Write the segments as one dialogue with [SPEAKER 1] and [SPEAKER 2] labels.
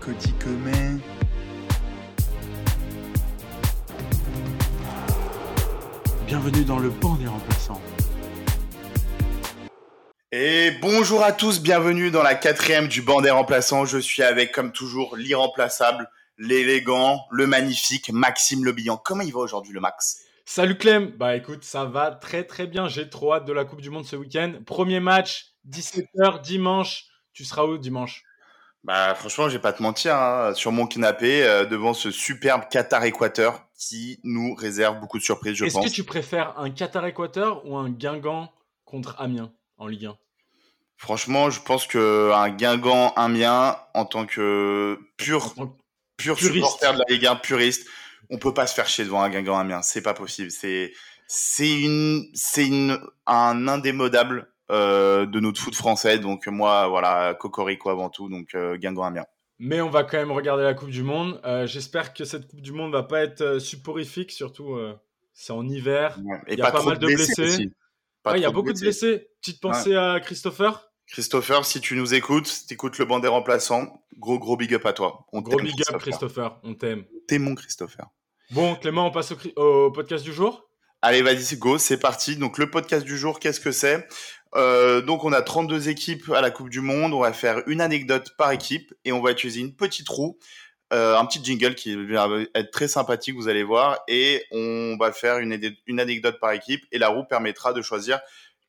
[SPEAKER 1] petit Quemet.
[SPEAKER 2] Bienvenue dans le banc des remplaçants.
[SPEAKER 1] Et bonjour à tous, bienvenue dans la quatrième du banc des remplaçants. Je suis avec, comme toujours, l'irremplaçable, l'élégant, le magnifique Maxime Lebillan. Comment il va aujourd'hui, le Max
[SPEAKER 3] Salut Clem Bah écoute, ça va très très bien, j'ai trop hâte de la Coupe du Monde ce week-end. Premier match, 17h dimanche. Tu seras où dimanche
[SPEAKER 1] Bah franchement, je vais pas te mentir, hein, sur mon canapé, euh, devant ce superbe Qatar-Équateur qui nous réserve beaucoup de surprises, je
[SPEAKER 3] Est-ce
[SPEAKER 1] pense.
[SPEAKER 3] que tu préfères un Qatar-Équateur ou un Guingamp contre Amiens en Ligue 1
[SPEAKER 1] Franchement, je pense que un Guingamp, un mien, en tant que pur,
[SPEAKER 3] En tant que
[SPEAKER 1] pur
[SPEAKER 3] puriste.
[SPEAKER 1] supporter de la Ligue 1, puriste, on peut pas se faire chier devant un Guingamp, un mien. C'est pas possible. C'est, c'est une, c'est une, un indémodable euh, de notre foot français. Donc moi, voilà, Cocorico avant tout. Donc euh, Guingamp, un mien.
[SPEAKER 3] Mais on va quand même regarder la Coupe du Monde. Euh, J'espère que cette Coupe du Monde va pas être euh, soporifique, surtout euh, c'est en hiver.
[SPEAKER 1] Et
[SPEAKER 3] Il y a pas
[SPEAKER 1] trop
[SPEAKER 3] mal de blessés.
[SPEAKER 1] aussi. Pas
[SPEAKER 3] Ouais, il y a
[SPEAKER 1] trop
[SPEAKER 3] beaucoup de blessés. Petite pensée à Christopher.
[SPEAKER 1] Christopher, si tu nous écoutes, si t'écoutes le banc des remplaçants, gros gros big up à toi. On
[SPEAKER 3] Gros
[SPEAKER 1] t'aime,
[SPEAKER 3] big up Christopher, on t'aime.
[SPEAKER 1] T'es mon Christopher.
[SPEAKER 3] Bon Clément, on passe au, cri- au podcast du jour
[SPEAKER 1] Allez, vas-y, c'est go, c'est parti. Donc le podcast du jour, qu'est-ce que c'est Euh, Donc on a 32 équipes à la Coupe du Monde. On va faire une anecdote par équipe et on va utiliser une petite roue, euh, un petit jingle qui va être très sympathique, vous allez voir. Et on va faire une, ané- une anecdote par équipe et la roue permettra de choisir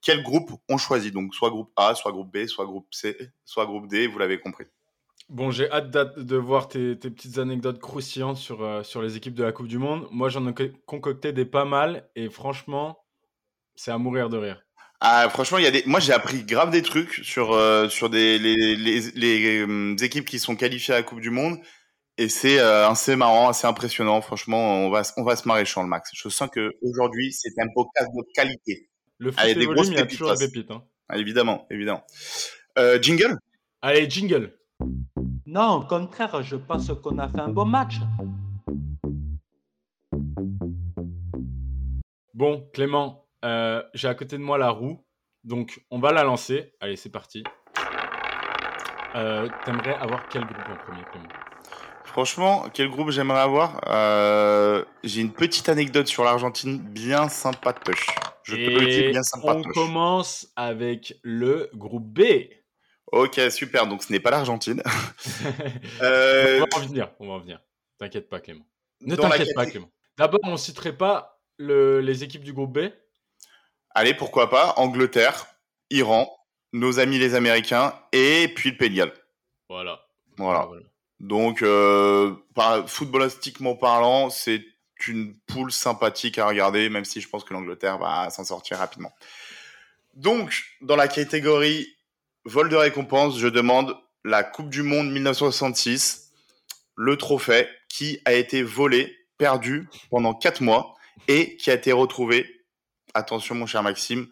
[SPEAKER 1] quel groupe on choisit. Donc soit groupe A, soit groupe B, soit groupe C, soit groupe D, vous l'avez compris.
[SPEAKER 3] Bon, j'ai hâte d'a- de voir tes, tes petites anecdotes croustillantes sur, euh, sur les équipes de la Coupe du Monde. Moi, j'en ai co- concocté des pas mal et franchement, c'est à mourir de rire.
[SPEAKER 1] Ah, franchement, il y a des. Moi, j'ai appris grave des trucs sur euh, sur des les, les, les, euh, équipes qui sont qualifiées à la Coupe du Monde et c'est euh, assez marrant, assez impressionnant. Franchement, on va se- on va se marrer, champ le max. Je sens que aujourd'hui, c'est un podcast de qualité.
[SPEAKER 3] Le foot
[SPEAKER 1] Allez, des
[SPEAKER 3] évolue,
[SPEAKER 1] grosses
[SPEAKER 3] mais il y a
[SPEAKER 1] pépites,
[SPEAKER 3] toujours
[SPEAKER 1] là.
[SPEAKER 3] des pépites. hein.
[SPEAKER 1] Ah, évidemment, évidemment. Euh, jingle.
[SPEAKER 3] Allez, jingle
[SPEAKER 4] Non, au contraire, je pense qu'on a fait un bon match.
[SPEAKER 3] Bon, Clément, euh, j'ai à côté de moi la roue, donc on va la lancer. Allez, c'est parti. Euh, T'aimerais avoir quel groupe en premier, Clément
[SPEAKER 1] Franchement, quel groupe j'aimerais avoir Euh, J'ai une petite anecdote sur l'Argentine, bien sympatoche. Je te le dis,
[SPEAKER 3] Et
[SPEAKER 1] bien
[SPEAKER 3] on
[SPEAKER 1] sympatoche.
[SPEAKER 3] commence avec le groupe B.
[SPEAKER 1] Ok, super. Donc, ce n'est pas l'Argentine. Euh,
[SPEAKER 3] On va en venir, on va en venir. T'inquiète pas, Clément. Ne
[SPEAKER 1] Dans la
[SPEAKER 3] t'inquiète pas,
[SPEAKER 1] caté-
[SPEAKER 3] Clément. D'abord, on citerait pas le- les équipes du groupe B.
[SPEAKER 1] Allez, pourquoi pas Angleterre, Iran, nos amis les Américains et puis le Pays de Galles.
[SPEAKER 3] Voilà.
[SPEAKER 1] Voilà. Donc, euh, par- footballistiquement parlant, c'est une poule sympathique à regarder, même si je pense que l'Angleterre va s'en sortir rapidement. Donc, dans la catégorie vol de récompense, je demande la Coupe du Monde 1966, le trophée qui a été volé, perdu pendant 4 mois et qui a été retrouvé, attention mon cher Maxime,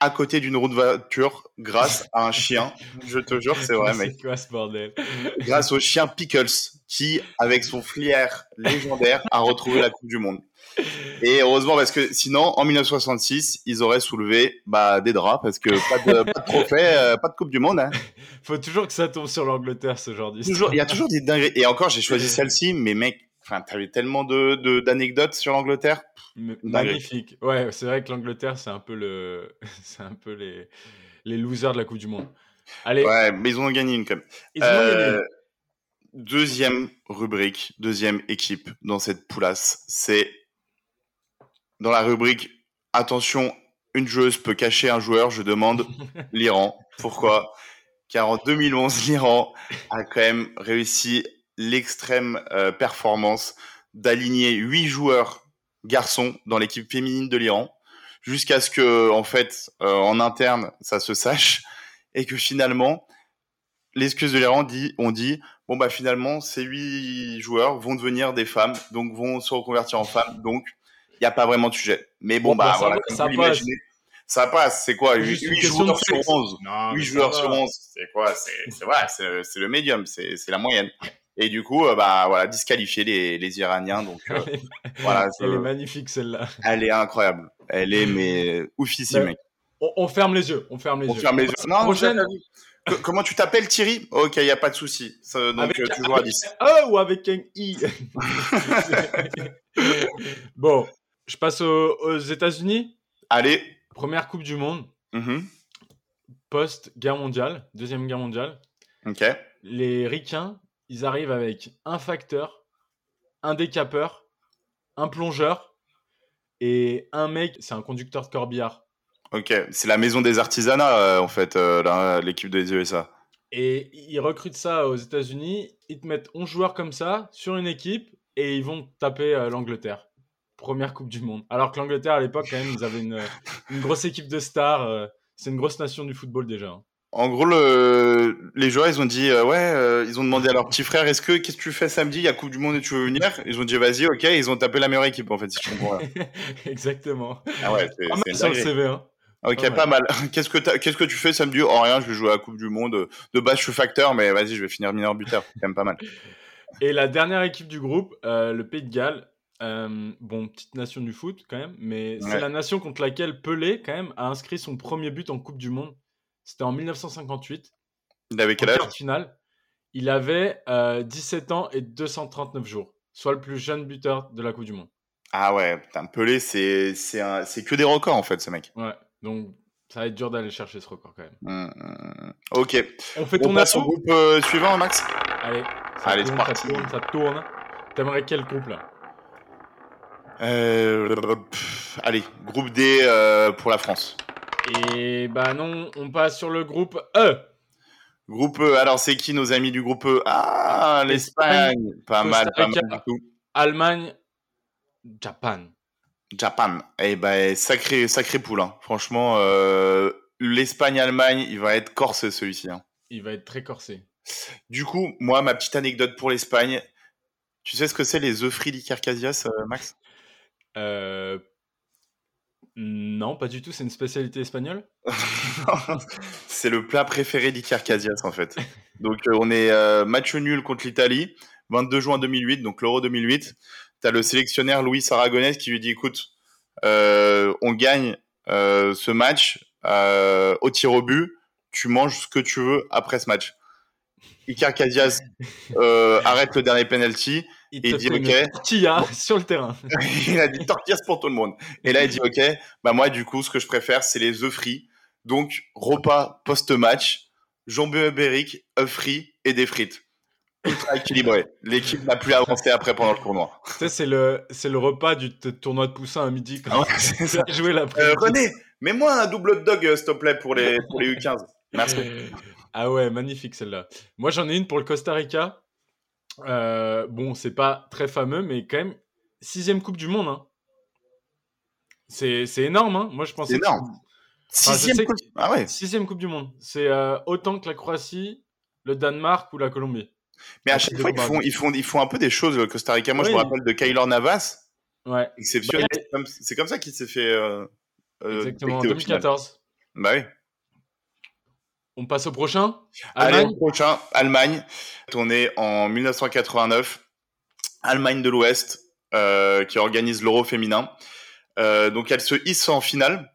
[SPEAKER 1] à côté d'une roue de voiture grâce à un chien. Je te jure, c'est vrai, mec
[SPEAKER 3] C'est quoi ce bordel
[SPEAKER 1] grâce au chien Pickles, qui, avec son flair légendaire, a retrouvé la Coupe du Monde. Et heureusement, parce que sinon, en 1966, ils auraient soulevé bah, des draps, parce que pas de, pas de trophée, euh, pas de Coupe du Monde. hein.
[SPEAKER 3] Faut toujours que ça tombe sur l'Angleterre, ce genre d'histoire.
[SPEAKER 1] Toujours- Il y a toujours des dingueries. Et encore, j'ai choisi celle-ci, mais mec, enfin, t'avais tellement d'anecdotes de, d'anecdotes sur l'Angleterre.
[SPEAKER 3] M-
[SPEAKER 1] Dinguerie.
[SPEAKER 3] Magnifique. Ouais, c'est vrai que l'Angleterre, c'est un peu le, c'est un peu les, les losers de la Coupe du Monde. Allez,
[SPEAKER 1] Ouais, mais ils en ont gagné une quand même.
[SPEAKER 3] ils ont gagné.
[SPEAKER 1] Euh, deuxième rubrique, deuxième équipe dans cette poulasse, c'est dans la rubrique attention, une joueuse peut cacher un joueur. Je demande l'Iran. Pourquoi Car en 2011, l'Iran a quand même réussi l'extrême euh, performance d'aligner huit joueurs garçons dans l'équipe féminine de l'Iran jusqu'à ce que en fait euh, en interne ça se sache et que finalement l'excuse de l'Iran dit on dit bon bah finalement ces huit joueurs vont devenir des femmes donc vont se reconvertir en femmes donc il n'y a pas vraiment de sujet mais bon,
[SPEAKER 3] Bon, bah,
[SPEAKER 1] bah
[SPEAKER 3] ça
[SPEAKER 1] voilà
[SPEAKER 3] va,
[SPEAKER 1] comme
[SPEAKER 3] ça
[SPEAKER 1] vous
[SPEAKER 3] passe.
[SPEAKER 1] l'imaginez, ça passe c'est quoi
[SPEAKER 3] Juste une
[SPEAKER 1] 8
[SPEAKER 3] question de
[SPEAKER 1] joueurs sur
[SPEAKER 3] sexe.
[SPEAKER 1] 11
[SPEAKER 3] Non, Ah, mais
[SPEAKER 1] 8
[SPEAKER 3] ça
[SPEAKER 1] joueurs
[SPEAKER 3] va.
[SPEAKER 1] sur 11, c'est quoi C'est c'est voilà, c'est c'est le médium, c'est c'est la moyenne. Et du coup, euh, bah voilà, disqualifier les, les Iraniens. Donc euh,
[SPEAKER 3] Elle est-
[SPEAKER 1] voilà,
[SPEAKER 3] Elle est
[SPEAKER 1] je-
[SPEAKER 3] magnifique celle-là.
[SPEAKER 1] elle est incroyable. Elle est mais oufissime,
[SPEAKER 3] Ouais,
[SPEAKER 1] mec.
[SPEAKER 3] On, on ferme les yeux. On ferme les
[SPEAKER 1] On
[SPEAKER 3] yeux.
[SPEAKER 1] ferme les yeux. Non, j'ai
[SPEAKER 3] Prochaine.
[SPEAKER 1] pas vu. Que- comment tu t'appelles Thierry Ok, il n'y a pas de souci. Ça, Donc
[SPEAKER 3] Avec-
[SPEAKER 1] euh, tu joues à 10.
[SPEAKER 3] E ou avec un I Bon, je passe aux, aux États-Unis.
[SPEAKER 1] Allez.
[SPEAKER 3] Première Coupe du Monde,
[SPEAKER 1] Mhm.
[SPEAKER 3] post-guerre mondiale, deuxième guerre mondiale.
[SPEAKER 1] Ok.
[SPEAKER 3] Les Ricains, ils arrivent avec un facteur, un décapeur, un plongeur et un mec, c'est un conducteur de corbillard.
[SPEAKER 1] Ok. C'est la maison des artisanats, euh, en fait, euh, là, l'équipe des USA.
[SPEAKER 3] Et ils recrutent ça aux États-Unis. Ils te mettent 11 joueurs comme ça sur une équipe et ils vont taper euh, l'Angleterre. Première Coupe du Monde. Alors que l'Angleterre, à l'époque, quand même, ils avaient une, euh, une grosse équipe de stars. euh, C'est une grosse nation du football déjà. hein.
[SPEAKER 1] En gros, le- les joueurs, ils ont dit, euh, ouais, euh, ils ont demandé à leur petit frère, est-ce que, qu'est-ce que tu fais samedi, il y a Coupe du Monde et tu veux venir Ils ont dit, vas-y, ok, ils ont tapé la meilleure équipe, en fait, si je comprends bien.
[SPEAKER 3] Exactement.
[SPEAKER 1] Ah ouais, c'est-
[SPEAKER 3] Pas
[SPEAKER 1] c'est
[SPEAKER 3] mal sur le
[SPEAKER 1] dingue.
[SPEAKER 3] CV. hein.
[SPEAKER 1] Ok,
[SPEAKER 3] Pas
[SPEAKER 1] pas mal. Qu'est-ce que, t'as- qu'est-ce que tu fais samedi Oh, rien, je vais jouer à la Coupe du Monde. euh, De base, je suis facteur, mais vas-y, je vais finir mineur buteur. C'est quand même pas mal.
[SPEAKER 3] Et la dernière équipe du groupe, euh, le Pays de Galles. euh, bon, petite nation du foot quand même, mais c'est
[SPEAKER 1] Ouais.
[SPEAKER 3] la nation contre laquelle Pelé, quand même, a inscrit son premier but en Coupe du Monde. C'était en 1958.
[SPEAKER 1] Il avait quel
[SPEAKER 3] en
[SPEAKER 1] âge
[SPEAKER 3] quart de finale, il avait euh, 17 ans et 239 jours, soit le plus jeune buteur de la Coupe du Monde.
[SPEAKER 1] Ah ouais, putain, Pelé, c'est, c'est, un- c'est que des records, en fait, ce mec.
[SPEAKER 3] Ouais, donc ça va être dur d'aller chercher ce record quand même.
[SPEAKER 1] Hum, hum. Ok.
[SPEAKER 3] On fait
[SPEAKER 1] On
[SPEAKER 3] ton
[SPEAKER 1] passe au
[SPEAKER 3] assaut
[SPEAKER 1] groupe euh, suivant, Max
[SPEAKER 3] Allez, ça
[SPEAKER 1] Allez, c'est
[SPEAKER 3] tourne,
[SPEAKER 1] parti.
[SPEAKER 3] ça tourne, ça tourne. T'aimerais quel groupe là
[SPEAKER 1] Euh, pff, Allez, groupe D euh, pour la France.
[SPEAKER 3] Et bah non, on passe sur le groupe E.
[SPEAKER 1] Groupe E, alors c'est qui nos amis du groupe E Ah, l'Espagne. Pas
[SPEAKER 3] Costa
[SPEAKER 1] mal, pas mal
[SPEAKER 3] Rica.
[SPEAKER 1] du tout.
[SPEAKER 3] Allemagne, Japan.
[SPEAKER 1] Japan. Eh ben, sacré, sacré poule. hein. Franchement, euh, l'Espagne-Allemagne, il va être corse celui-ci. hein.
[SPEAKER 3] Il va être très corsé.
[SPEAKER 1] Du coup, moi, ma petite anecdote pour l'Espagne. Tu sais ce que c'est les œufs frits d'Icarcasias, euh, Max
[SPEAKER 3] Euh... Non, pas du tout, c'est une spécialité espagnole
[SPEAKER 1] C'est le plat préféré d'Icarcasias, en fait. Donc, euh, on est euh, match nul contre l'Italie, 22 juin 2008, donc l'Euro 2008. Tu as le sélectionnaire Luis Aragonès qui lui dit écoute, euh, on gagne euh, ce match euh, au tir au but, tu manges ce que tu veux après ce match. Icarcasias euh, arrête le dernier penalty.
[SPEAKER 3] Il
[SPEAKER 1] Et
[SPEAKER 3] te
[SPEAKER 1] dit,
[SPEAKER 3] fait une
[SPEAKER 1] ok.
[SPEAKER 3] tortilla sur le terrain.
[SPEAKER 1] il a dit tortillas pour tout le monde. Et là, il dit ok, bah moi du coup, ce que je préfère, c'est les œufs frits. Donc repas post-match, jambes ibériques, œufs frits et des frites. Ultra équilibré. L'équipe n'a plus avancé après pendant le tournoi.
[SPEAKER 3] Tu sais, c'est le, c'est le repas du t- tournoi de poussin à midi quand
[SPEAKER 1] Ah ouais, c'est ça.
[SPEAKER 3] on jouer l'après.
[SPEAKER 1] Euh, René, mets-moi un double hot dog, euh, s'il te plaît, pour les, pour les U15. Merci.
[SPEAKER 3] Ah ouais, magnifique celle-là. Moi, j'en ai une pour le Costa Rica. Euh, bon, c'est pas très fameux, mais quand même, sixième Coupe du Monde. hein. C'est c'est énorme. hein. Moi, je pensais.
[SPEAKER 1] C'est énorme.
[SPEAKER 3] Enfin, je
[SPEAKER 1] Sixième
[SPEAKER 3] sais que-
[SPEAKER 1] coupe- Ah ouais.
[SPEAKER 3] Sixième Coupe du Monde. C'est euh, autant que la Croatie, le Danemark ou la Colombie.
[SPEAKER 1] Mais à
[SPEAKER 3] Ouais,
[SPEAKER 1] chaque
[SPEAKER 3] c'est
[SPEAKER 1] fois, ils
[SPEAKER 3] dommage.
[SPEAKER 1] font, ils, font, ils font un peu des choses, le Costa Rica. Moi, je
[SPEAKER 3] Oui.
[SPEAKER 1] me rappelle de Kaylor Navas.
[SPEAKER 3] Ouais,
[SPEAKER 1] Exceptionnel.
[SPEAKER 3] Bah,
[SPEAKER 1] C'est comme- c'est comme ça qu'il s'est fait. euh, euh,
[SPEAKER 3] exactement. En
[SPEAKER 1] détecter au final.
[SPEAKER 3] 2014.
[SPEAKER 1] Bah oui.
[SPEAKER 3] On passe au prochain.
[SPEAKER 1] Allez,
[SPEAKER 3] Allemagne.
[SPEAKER 1] au prochain, Allemagne. On est en 1989, Allemagne de l'Ouest, euh, qui organise l'Euro féminin. Euh, donc elle se hisse en finale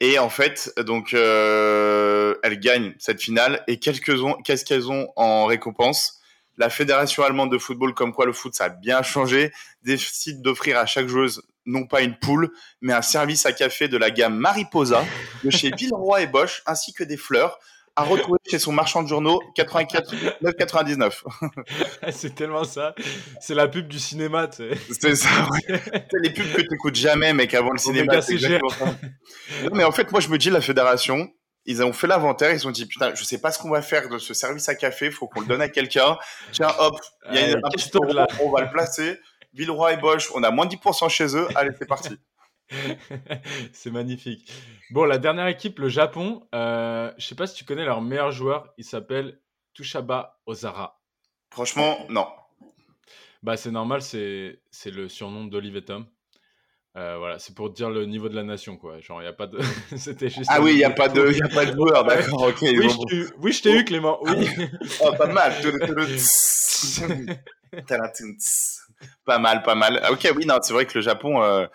[SPEAKER 1] et en fait, donc euh, elle gagne cette finale. Et quelques ont- qu'est-ce qu'elles ont en récompense La fédération allemande de football, comme quoi le foot ça a bien changé, décide d'offrir à chaque joueuse non pas une poule, mais un service à café de la gamme Mariposa de chez Villeroy et Bosch, ainsi que des fleurs à retrouver chez son marchand de journaux 84 9,99.
[SPEAKER 3] c'est tellement ça. C'est la pub du cinéma. tu sais.
[SPEAKER 1] C'est ça, ouais. C'est les pubs que tu écoutes jamais, mec, avant le cinéma.
[SPEAKER 3] Omega
[SPEAKER 1] c'est
[SPEAKER 3] CGR.
[SPEAKER 1] exactement ça. Non, mais en fait, moi, je me dis, la fédération, ils ont fait l'inventaire, ils se sont dit, putain, je sais pas ce qu'on va faire de ce service à café, faut qu'on le donne à quelqu'un. Tiens, hop, il y a
[SPEAKER 3] Euh,
[SPEAKER 1] une- un
[SPEAKER 3] qu'est-ce
[SPEAKER 1] petit
[SPEAKER 3] que t'as là
[SPEAKER 1] euro, on va le placer. Villeroy et Bosch, on a moins de 10% chez eux, allez, c'est parti.
[SPEAKER 3] C'est magnifique. Bon, la dernière équipe, le Japon. euh, je sais pas si tu connais leur meilleur joueur. Il s'appelle Tushaba Ozara.
[SPEAKER 1] Franchement, non.
[SPEAKER 3] Bah, c'est normal, c'est c'est le surnom d'Olive et Tom. Euh, voilà, c'est pour dire le niveau de la nation, quoi. Genre, il y a pas de. C'était juste.
[SPEAKER 1] Ah
[SPEAKER 3] un-
[SPEAKER 1] oui, il n'y a pas de, il y a pas de joueur, d'accord, ok.
[SPEAKER 3] Oui,
[SPEAKER 1] bon,
[SPEAKER 3] je t'ai eu- oui, je t'ai eu, Clément. Oui.
[SPEAKER 1] Oh, pas mal. Ah, Tadam. Pas mal, pas mal. Ah, Ok, oui, non, c'est vrai que le Japon, euh,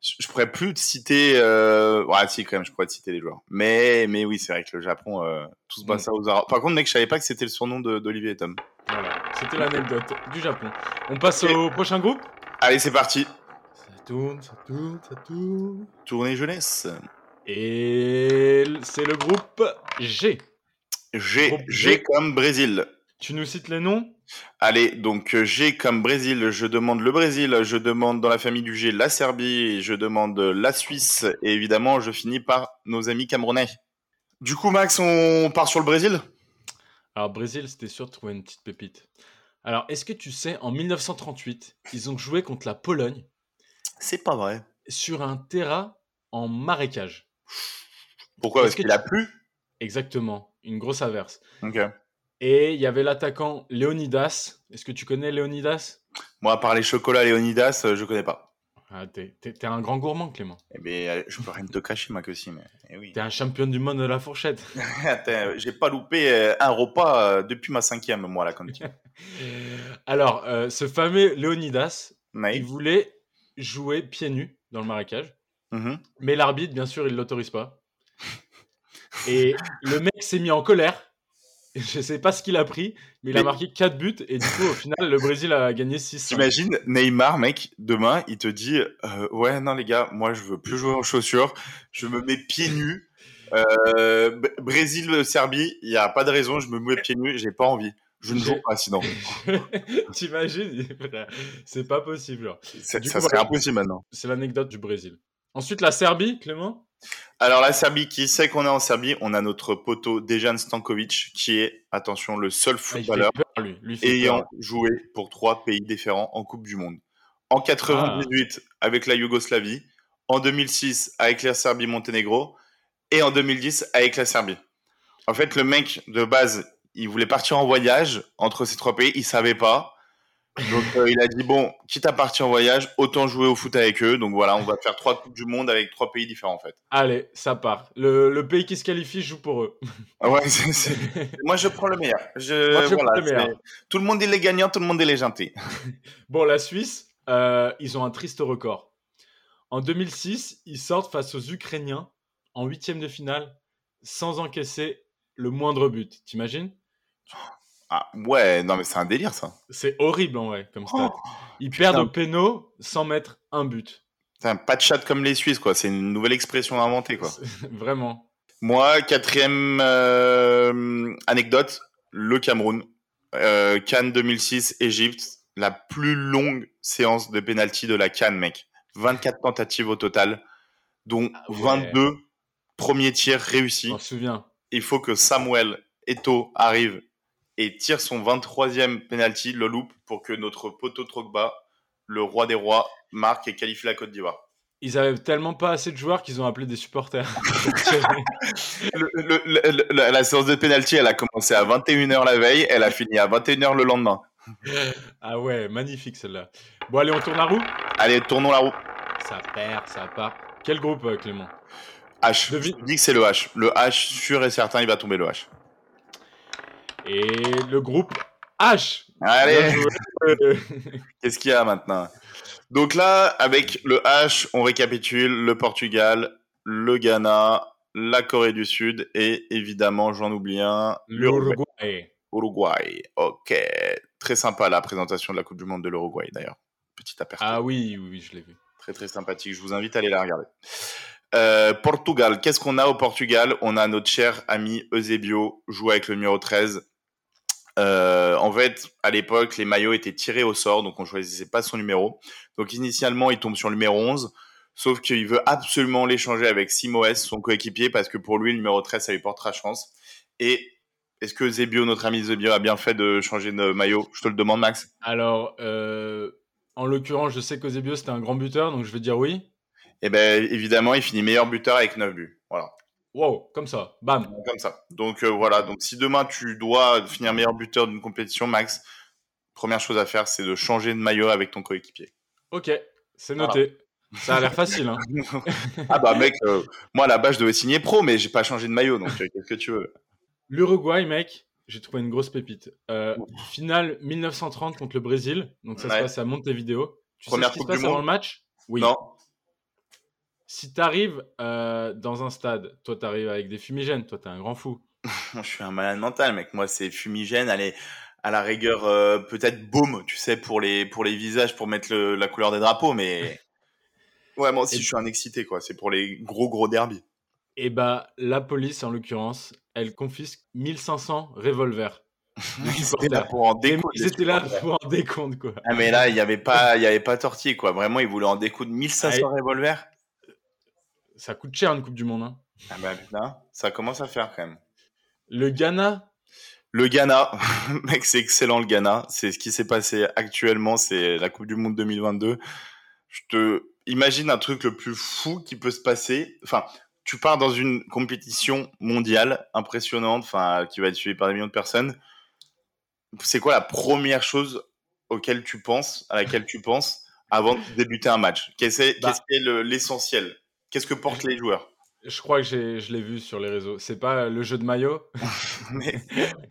[SPEAKER 1] je je pourrais plus te citer. Euh... Ouais, si, quand même, je pourrais te citer les joueurs. Mais, mais oui, c'est vrai que le Japon, euh, tout se passe à Ozawa. Par contre, mec, je savais pas que c'était le surnom de- d'Olivier et Tom.
[SPEAKER 3] Voilà, c'était l'anecdote du Japon. On passe au prochain groupe
[SPEAKER 1] Allez, c'est parti.
[SPEAKER 3] Ça tourne, ça tourne, ça tourne.
[SPEAKER 1] Tournée jeunesse.
[SPEAKER 3] Et c'est le groupe G.
[SPEAKER 1] G,
[SPEAKER 3] Groupe
[SPEAKER 1] G
[SPEAKER 3] G.
[SPEAKER 1] comme Brésil.
[SPEAKER 3] Tu nous cites les noms
[SPEAKER 1] Allez, donc euh, G comme Brésil, je demande le Brésil, je demande dans la famille du G la Serbie, et je demande euh, la Suisse, et évidemment, je finis par nos amis camerounais. Du coup, Max, on part sur le Brésil
[SPEAKER 3] Alors, Brésil, c'était sûr de trouver une petite pépite. Alors, est-ce que tu sais, en 1938, ils ont joué contre la Pologne
[SPEAKER 1] C'est pas vrai.
[SPEAKER 3] sur un terrain en marécage.
[SPEAKER 1] Pourquoi Parce
[SPEAKER 3] Est-ce que
[SPEAKER 1] qu'il a plu
[SPEAKER 3] Exactement, une grosse averse.
[SPEAKER 1] Ok.
[SPEAKER 3] Et il y avait l'attaquant Leonidas. Est-ce que tu connais Leonidas
[SPEAKER 1] Moi, à part les chocolats Léonidas, euh, je connais pas.
[SPEAKER 3] ah, T'es t'es- t'es un grand gourmand, Clément.
[SPEAKER 1] Eh bien, allez, je peux rien te cacher, ma que si, mais. eh oui.
[SPEAKER 3] T'es un champion du monde de la fourchette.
[SPEAKER 1] Attends, j'ai pas loupé euh, un repas euh, depuis ma cinquième, moi, à la cantine.
[SPEAKER 3] Alors, euh, ce fameux Leonidas, il
[SPEAKER 1] Naïf.
[SPEAKER 3] voulait jouer pieds nus dans le marécage.
[SPEAKER 1] Mhm.
[SPEAKER 3] Mais l'arbitre, bien sûr, il l'autorise pas. Et le mec s'est mis en colère. Je sais pas ce qu'il a pris, mais il a
[SPEAKER 1] Mais-
[SPEAKER 3] marqué 4 buts. Et du coup, au final, le Brésil a gagné 6
[SPEAKER 1] T'imagines Neymar, mec, demain, il te dit euh, Ouais, non, les gars, moi, je veux plus jouer en chaussures, je me mets pieds nus. Euh, B- Brésil, Serbie, il n'y a pas de raison, je me mets pieds nus, j'ai pas envie. Je ne joue pas, sinon.
[SPEAKER 3] T'imagines C'est pas possible. genre.
[SPEAKER 1] C'est-
[SPEAKER 3] Du
[SPEAKER 1] Ça
[SPEAKER 3] coup,
[SPEAKER 1] serait
[SPEAKER 3] voilà.
[SPEAKER 1] impossible maintenant.
[SPEAKER 3] C'est l'anecdote du Brésil. Ensuite, la Serbie, Clément
[SPEAKER 1] Alors la Serbie, qui sait qu'on est en Serbie On a notre poteau Dejan Stankovic, qui est, attention, le seul
[SPEAKER 3] Ah, il fait
[SPEAKER 1] footballeur
[SPEAKER 3] peur, lui. Lui, il fait
[SPEAKER 1] ayant
[SPEAKER 3] peur.
[SPEAKER 1] joué pour trois pays différents en Coupe du Monde. En 98
[SPEAKER 3] Ah.
[SPEAKER 1] avec la Yougoslavie, en 2006 avec la Serbie-Monténégro et en 2010 avec la Serbie. En fait, le mec de base, il voulait partir en voyage entre ces trois pays, il savait pas. Donc euh, il a dit bon, quitte à partir en voyage, autant jouer au foot avec eux. Donc voilà, on va faire trois coupes du monde avec trois pays différents en fait.
[SPEAKER 3] Allez, ça part. Le, le pays qui se qualifie joue pour eux.
[SPEAKER 1] Ah Ouais, c'est- c'est- moi je prends le meilleur. Je-
[SPEAKER 3] Moi, je
[SPEAKER 1] Euh, voilà,
[SPEAKER 3] prends le meilleur.
[SPEAKER 1] c'est- Tout le monde il est gagnant, tout le monde il est gentil.
[SPEAKER 3] Bon, la Suisse, euh, ils ont un triste record. En 2006, ils sortent face aux Ukrainiens en huitième de finale sans encaisser le moindre but. T'imagines
[SPEAKER 1] Ah ouais, non mais c'est un délire ça.
[SPEAKER 3] C'est horrible en vrai comme
[SPEAKER 1] Oh,
[SPEAKER 3] stade. Ils perdent au péno sans mettre un but.
[SPEAKER 1] Putain, pas de chat comme les Suisses quoi, c'est une nouvelle expression inventée quoi.
[SPEAKER 3] Vraiment.
[SPEAKER 1] Moi, quatrième euh, anecdote, le Cameroun. Euh, Cannes 2006, Égypte, la plus longue séance de pénalty de la Cannes, mec. 24 tentatives au total, dont
[SPEAKER 3] Ah ouais.
[SPEAKER 1] 22 premiers tirs réussis.
[SPEAKER 3] Je m'en souviens.
[SPEAKER 1] il faut que Samuel Eto arrive et tire son 23e penalty, le loupe, pour que notre poteau Trogba, le roi des rois, marque et qualifie la Côte d'Ivoire.
[SPEAKER 3] Ils avaient tellement pas assez de joueurs qu'ils ont appelé des supporters. pour tirer.
[SPEAKER 1] Le- le- le- la, la séance de penalty, elle a commencé à 21h la veille, elle a fini à 21h le lendemain.
[SPEAKER 3] ah ouais, magnifique celle-là. Bon allez, on tourne la roue
[SPEAKER 1] Allez, tournons la roue.
[SPEAKER 3] Ça perd, ça part. Quel groupe, euh, Clément
[SPEAKER 1] H. Je
[SPEAKER 3] Devine.
[SPEAKER 1] te dis que c'est le H. Le H, sûr et certain, il va tomber le H.
[SPEAKER 3] Et le groupe H. Bien
[SPEAKER 1] Allez,
[SPEAKER 3] joué. Euh,
[SPEAKER 1] qu'est-ce qu'il y a maintenant Donc là, avec le H, on récapitule le Portugal, le Ghana, la Corée du Sud et évidemment, j'en oublie un,
[SPEAKER 3] L'Uruguay.
[SPEAKER 1] Uruguay. Ok. Très sympa la présentation de la Coupe du Monde de l'Uruguay d'ailleurs. Petit aperçu.
[SPEAKER 3] Ah oui, oui, oui, je l'ai vu.
[SPEAKER 1] Très très sympathique. Je vous invite à aller la regarder. Euh, Portugal. Qu'est-ce qu'on a au Portugal On a notre cher ami Eusebio, joué avec le numéro 13. Euh, en fait, à l'époque, les maillots étaient tirés au sort, donc on choisissait pas son numéro. Donc initialement, il tombe sur le numéro 11, sauf qu'il veut absolument l'échanger avec Simoes, son coéquipier, parce que pour lui, le numéro 13, ça lui portera chance. Et est-ce que Eusebio, notre ami Eusebio, a bien fait de changer de maillot Je te le demande, Max.
[SPEAKER 3] Alors, euh, en l'occurrence, je sais qu'Eusebio, c'était un grand buteur, donc je vais dire oui.
[SPEAKER 1] Et ben évidemment, il finit meilleur buteur avec 9 buts. Voilà.
[SPEAKER 3] Wow, comme ça, bam.
[SPEAKER 1] Comme ça. Donc euh, voilà, donc si demain tu dois finir meilleur buteur d'une compétition, Max, première chose à faire, c'est de changer de maillot avec ton coéquipier.
[SPEAKER 3] Ok, c'est noté. Ça a l'air facile. Hein.
[SPEAKER 1] ah bah mec, euh, moi là-bas je devais signer pro, mais j'ai pas changé de maillot, donc euh, qu'est-ce que tu veux
[SPEAKER 3] L'Uruguay, mec, j'ai trouvé une grosse pépite. Euh, finale 1930 contre le Brésil, donc ça
[SPEAKER 1] Ouais.
[SPEAKER 3] se passe à Montevideo. Tu
[SPEAKER 1] Première
[SPEAKER 3] sais ce qui se
[SPEAKER 1] Coupe du
[SPEAKER 3] passe avant
[SPEAKER 1] Monde.
[SPEAKER 3] le match Oui.
[SPEAKER 1] Non
[SPEAKER 3] si t'arrives euh, dans un stade, toi t'arrives avec des fumigènes, toi t'es un grand fou.
[SPEAKER 1] Moi, je suis un malade mental, mec. Moi, c'est fumigène. Allez, à la rigueur, euh, peut-être baume, tu sais, pour les, pour les visages, pour mettre le- la couleur des drapeaux. Mais ouais, moi aussi,
[SPEAKER 3] Et-
[SPEAKER 1] je suis un excité, quoi. C'est pour les gros, gros derbies.
[SPEAKER 3] Et bah, la police en l'occurrence, elle confisque 1500 revolvers.
[SPEAKER 1] Ils étaient là pour en
[SPEAKER 3] Et
[SPEAKER 1] découdre.
[SPEAKER 3] ils
[SPEAKER 1] les
[SPEAKER 3] étaient là
[SPEAKER 1] supporters.
[SPEAKER 3] pour en décompte, quoi.
[SPEAKER 1] Ah, mais là, il n'y avait pas, il y avait pas tortillé, quoi. Vraiment, ils voulaient en découdre 1500 revolvers.
[SPEAKER 3] Ça coûte cher une Coupe du Monde. hein.
[SPEAKER 1] Ah, bah, putain, ça commence à faire quand même.
[SPEAKER 3] Le Ghana,
[SPEAKER 1] Le Ghana, mec, c'est excellent le Ghana. C'est ce qui s'est passé actuellement. C'est la Coupe du Monde 2022. Je te imagine un truc le plus fou qui peut se passer. Enfin, tu pars dans une compétition mondiale impressionnante, enfin, qui va être suivie par des millions de personnes. C'est quoi la première chose auquel tu penses, à laquelle tu penses avant de débuter un match Qu'est-ce qu'est-
[SPEAKER 3] Bah.
[SPEAKER 1] qu'est-ce qui est le- l'essentiel Qu'est-ce que portent les joueurs
[SPEAKER 3] je crois que j'ai- je l'ai vu sur les réseaux. C'est pas euh, le jeu de maillot.
[SPEAKER 1] Mais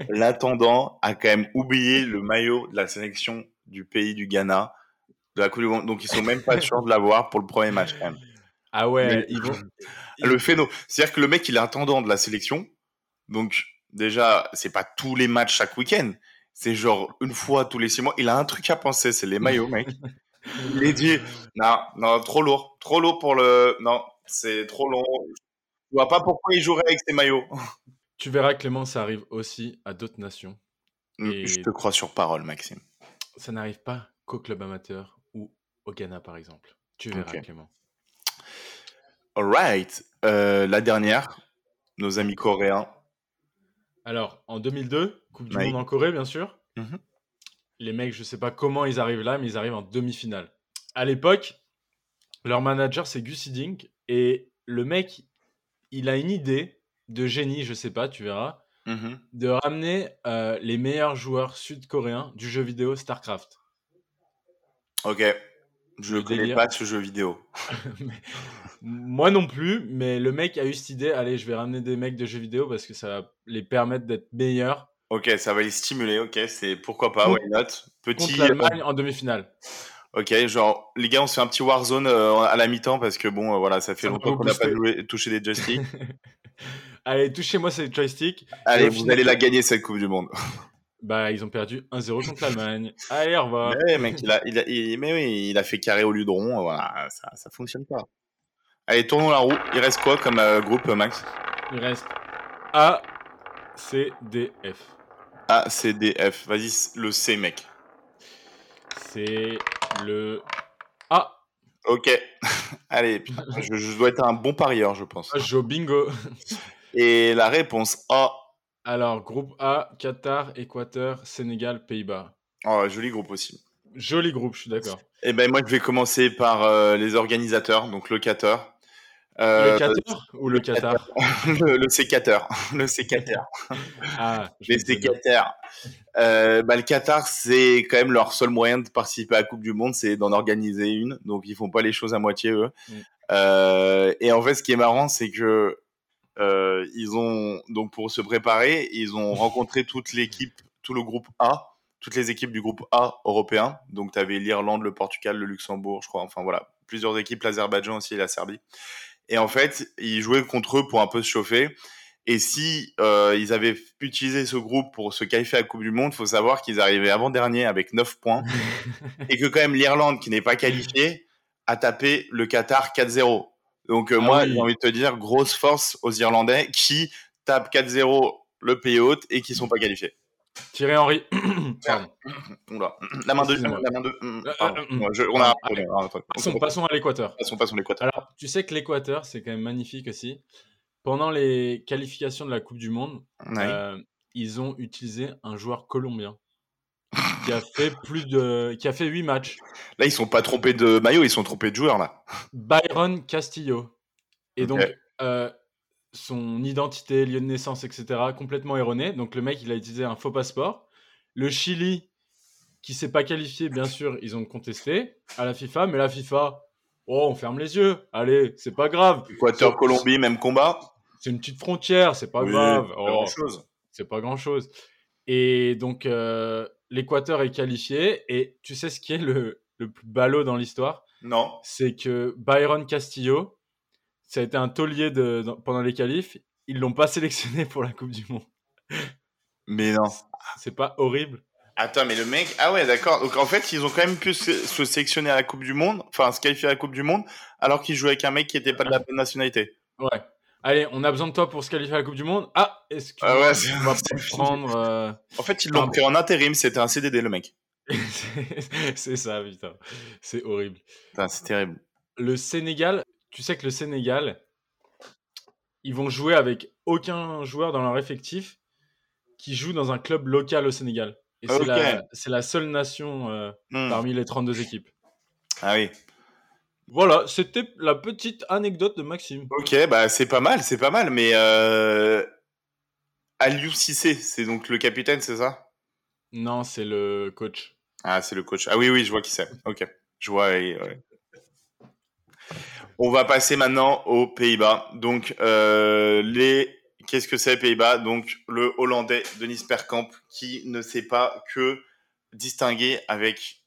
[SPEAKER 1] l'attendant a quand même oublié le maillot de la sélection du pays du Ghana de la Coupe du Monde. Donc ils sont même pas sûrs de l'avoir pour le premier match. Quand même.
[SPEAKER 3] Ah ouais,
[SPEAKER 1] Mais-
[SPEAKER 3] ils vont.
[SPEAKER 1] Le phéno. C'est-à-dire que le mec, il est attendant de la sélection. Donc déjà, c'est pas tous les matchs chaque week-end. C'est genre une fois tous les six mois. Il a un truc à penser, c'est les maillots, mec. Il est dit, non, non, trop lourd. Trop lourd pour le... Non, c'est trop long. Je vois pas pourquoi il jouerait avec ces maillots.
[SPEAKER 3] Tu verras, Clément, ça arrive aussi à d'autres nations. Et-
[SPEAKER 1] Je te crois sur parole, Maxime.
[SPEAKER 3] Ça n'arrive pas qu'au club amateur ou au Ghana, par exemple. Tu verras,
[SPEAKER 1] Ok.
[SPEAKER 3] Clément.
[SPEAKER 1] Alright. Euh, la dernière, nos amis coréens.
[SPEAKER 3] Alors, en 2002, Coupe du
[SPEAKER 1] Ouais.
[SPEAKER 3] Monde en Corée, bien sûr.
[SPEAKER 1] Mhm.
[SPEAKER 3] Les mecs, je sais pas comment ils arrivent là, mais ils arrivent en demi-finale. À l'époque, leur manager, c'est Gus Hiddink. Et le mec, il a une idée de génie, je sais pas, tu verras, de ramener euh, les meilleurs joueurs sud-coréens du jeu vidéo StarCraft.
[SPEAKER 1] Ok. Je ne
[SPEAKER 3] Le
[SPEAKER 1] connais
[SPEAKER 3] délire.
[SPEAKER 1] pas ce jeu vidéo.
[SPEAKER 3] Moi non plus, mais le mec a eu cette idée, allez, je vais ramener des mecs de jeux vidéo parce que ça va les permettre d'être meilleurs
[SPEAKER 1] Ok, ça va les stimuler. Ok, c'est pourquoi pas.
[SPEAKER 3] Con-
[SPEAKER 1] Why not
[SPEAKER 3] contre
[SPEAKER 1] Petit.
[SPEAKER 3] l'Allemagne en demi-finale.
[SPEAKER 1] euh, ok, genre les gars, on se fait un petit Warzone euh, à la mi-temps parce que bon, euh, voilà, ça fait
[SPEAKER 3] Ça va
[SPEAKER 1] longtemps
[SPEAKER 3] vous
[SPEAKER 1] qu'on n'a pas
[SPEAKER 3] booster.
[SPEAKER 1] joué- touché des joysticks.
[SPEAKER 3] Allez, touchez-moi ces joysticks.
[SPEAKER 1] Allez,
[SPEAKER 3] Et au
[SPEAKER 1] vous
[SPEAKER 3] final-
[SPEAKER 1] allez la gagner cette Coupe du Monde.
[SPEAKER 3] Bah, ils ont perdu 1-0 contre l'Allemagne. Allez, au revoir.
[SPEAKER 1] Ouais, mec, il a, il a- il- mais oui, il a fait carré au lieu de rond. euh, Voilà, ça, ça fonctionne pas. Allez, tournons la roue. Il reste quoi comme euh, groupe, euh, Max
[SPEAKER 3] Il reste A, C, D, F.
[SPEAKER 1] A, C, D, F. Vas-y, le C, mec.
[SPEAKER 3] C'est le A.
[SPEAKER 1] Ok. Allez, putain, je, je dois être un bon parieur, je pense.
[SPEAKER 3] Ah, je joue au bingo.
[SPEAKER 1] Et la réponse A.
[SPEAKER 3] Alors, groupe A, Qatar, Équateur, Sénégal, Pays-Bas.
[SPEAKER 1] Oh, joli groupe aussi.
[SPEAKER 3] Joli groupe, je suis d'accord.
[SPEAKER 1] Et ben moi, je vais commencer par euh, les organisateurs, donc le Qatar. Euh,
[SPEAKER 3] le Qatar ou le Qatar
[SPEAKER 1] le, le sécateur. Le sécateur.
[SPEAKER 3] Ah, je
[SPEAKER 1] Les
[SPEAKER 3] me disais bien.
[SPEAKER 1] sécateurs. Euh, bah, le Qatar, c'est quand même leur seul moyen de participer à la Coupe du Monde, c'est d'en organiser une. Donc, ils font pas les choses à moitié, eux.
[SPEAKER 3] Mm.
[SPEAKER 1] Euh, et en fait, ce qui est marrant, c'est que euh, ils ont, donc pour se préparer, ils ont rencontré toute l'équipe, tout le groupe A, toutes les équipes du groupe A européen. Donc, tu avais l'Irlande, le Portugal, le Luxembourg, je crois. Enfin, voilà. Plusieurs équipes, l'Azerbaïdjan aussi et la Serbie. Et en fait, ils jouaient contre eux pour un peu se chauffer. Et si euh, ils avaient utilisé ce groupe pour se qualifier à la Coupe du Monde, faut savoir qu'ils arrivaient avant-dernier avec 9 points et que quand même l'Irlande, qui n'est pas qualifiée, a tapé le Qatar 4-0. Donc euh,
[SPEAKER 3] Ah
[SPEAKER 1] moi,
[SPEAKER 3] oui.
[SPEAKER 1] j'ai envie de te dire, grosse force aux Irlandais qui tapent 4-0 le pays hôte et qui sont pas qualifiés.
[SPEAKER 3] Thierry Henry. Pardon.
[SPEAKER 1] Oula. La main de...
[SPEAKER 3] Excusez-moi.
[SPEAKER 1] La main de... hum,
[SPEAKER 3] Euh,
[SPEAKER 1] pardon.
[SPEAKER 3] euh, hum.
[SPEAKER 1] Je- on a...
[SPEAKER 3] Allez.
[SPEAKER 1] on a- on a-
[SPEAKER 3] Passons, passons à l'Équateur.
[SPEAKER 1] Passons, passons l'Équateur.
[SPEAKER 3] Alors, tu sais que l'Équateur, c'est quand même magnifique aussi. Pendant les qualifications de la Coupe du Monde,
[SPEAKER 1] Ouais.
[SPEAKER 3] Euh, ils ont utilisé un joueur colombien qui a fait plus de qui a fait 8 matchs.
[SPEAKER 1] Là, ils sont pas trompés de maillot, ils sont trompés de joueurs, là.
[SPEAKER 3] Byron Castillo. Et
[SPEAKER 1] Ok.
[SPEAKER 3] donc euh, son identité, lieu de naissance, etc. complètement erroné. Donc le mec, il a utilisé un faux passeport. Le Chili, qui s'est pas qualifié, bien sûr, ils ont contesté à la FIFA, mais la FIFA, oh, on ferme les yeux. Allez, c'est pas grave.
[SPEAKER 1] Équateur, Colombie, même combat.
[SPEAKER 3] C'est une petite frontière, c'est pas
[SPEAKER 1] Oui,
[SPEAKER 3] grave.
[SPEAKER 1] pas
[SPEAKER 3] Oh.
[SPEAKER 1] grand-chose.
[SPEAKER 3] c'est pas grand chose. Et donc, euh, l'Équateur est qualifié. Et tu sais ce qui est le, le plus ballot dans l'histoire
[SPEAKER 1] Non.
[SPEAKER 3] C'est que Byron Castillo, Ça a été un taulier de, dans- pendant les qualifs. Ils l'ont pas sélectionné pour la Coupe du Monde.
[SPEAKER 1] Mais non.
[SPEAKER 3] C'est pas horrible.
[SPEAKER 1] Attends, mais le mec. Ah ouais, d'accord. Donc en fait, ils ont quand même pu se, se sélectionner à la Coupe du Monde, enfin se qualifier à la Coupe du Monde, alors qu'ils jouaient avec un mec qui n'était pas de la même nationalité.
[SPEAKER 3] Ouais. Allez, on a besoin de toi pour se qualifier à la Coupe du Monde. Ah, est-ce que
[SPEAKER 1] Ah ouais, c'est-
[SPEAKER 3] on va pas
[SPEAKER 1] c'est-
[SPEAKER 3] prendre euh,
[SPEAKER 1] En fait, ils l'ont
[SPEAKER 3] Pardon.
[SPEAKER 1] pris en intérim, c'était un CDD le mec.
[SPEAKER 3] C'est- C'est ça, putain. C'est horrible.
[SPEAKER 1] Putain, c'est terrible.
[SPEAKER 3] Le Sénégal, tu sais que le Sénégal, ils vont jouer avec aucun joueur dans leur effectif qui joue dans un club local au Sénégal. Et c'est
[SPEAKER 1] Ok.
[SPEAKER 3] la, c'est la seule nation euh,
[SPEAKER 1] Hmm.
[SPEAKER 3] parmi les 32 équipes.
[SPEAKER 1] Ah oui.
[SPEAKER 3] Voilà, c'était la petite anecdote de Maxime.
[SPEAKER 1] Ok, bah c'est pas mal, c'est pas mal, mais euh... Aliou Cissé, c'est donc le capitaine, c'est ça
[SPEAKER 3] Non, c'est le coach.
[SPEAKER 1] Ah, c'est le coach. Ah oui, oui, je vois qui c'est. Ok, je vois. oui, ouais. On va passer maintenant aux Pays-Bas. Donc, euh, les... qu'est-ce que c'est Pays-Bas Donc, le Hollandais Denis Perkamp qui ne sait pas que distinguer avec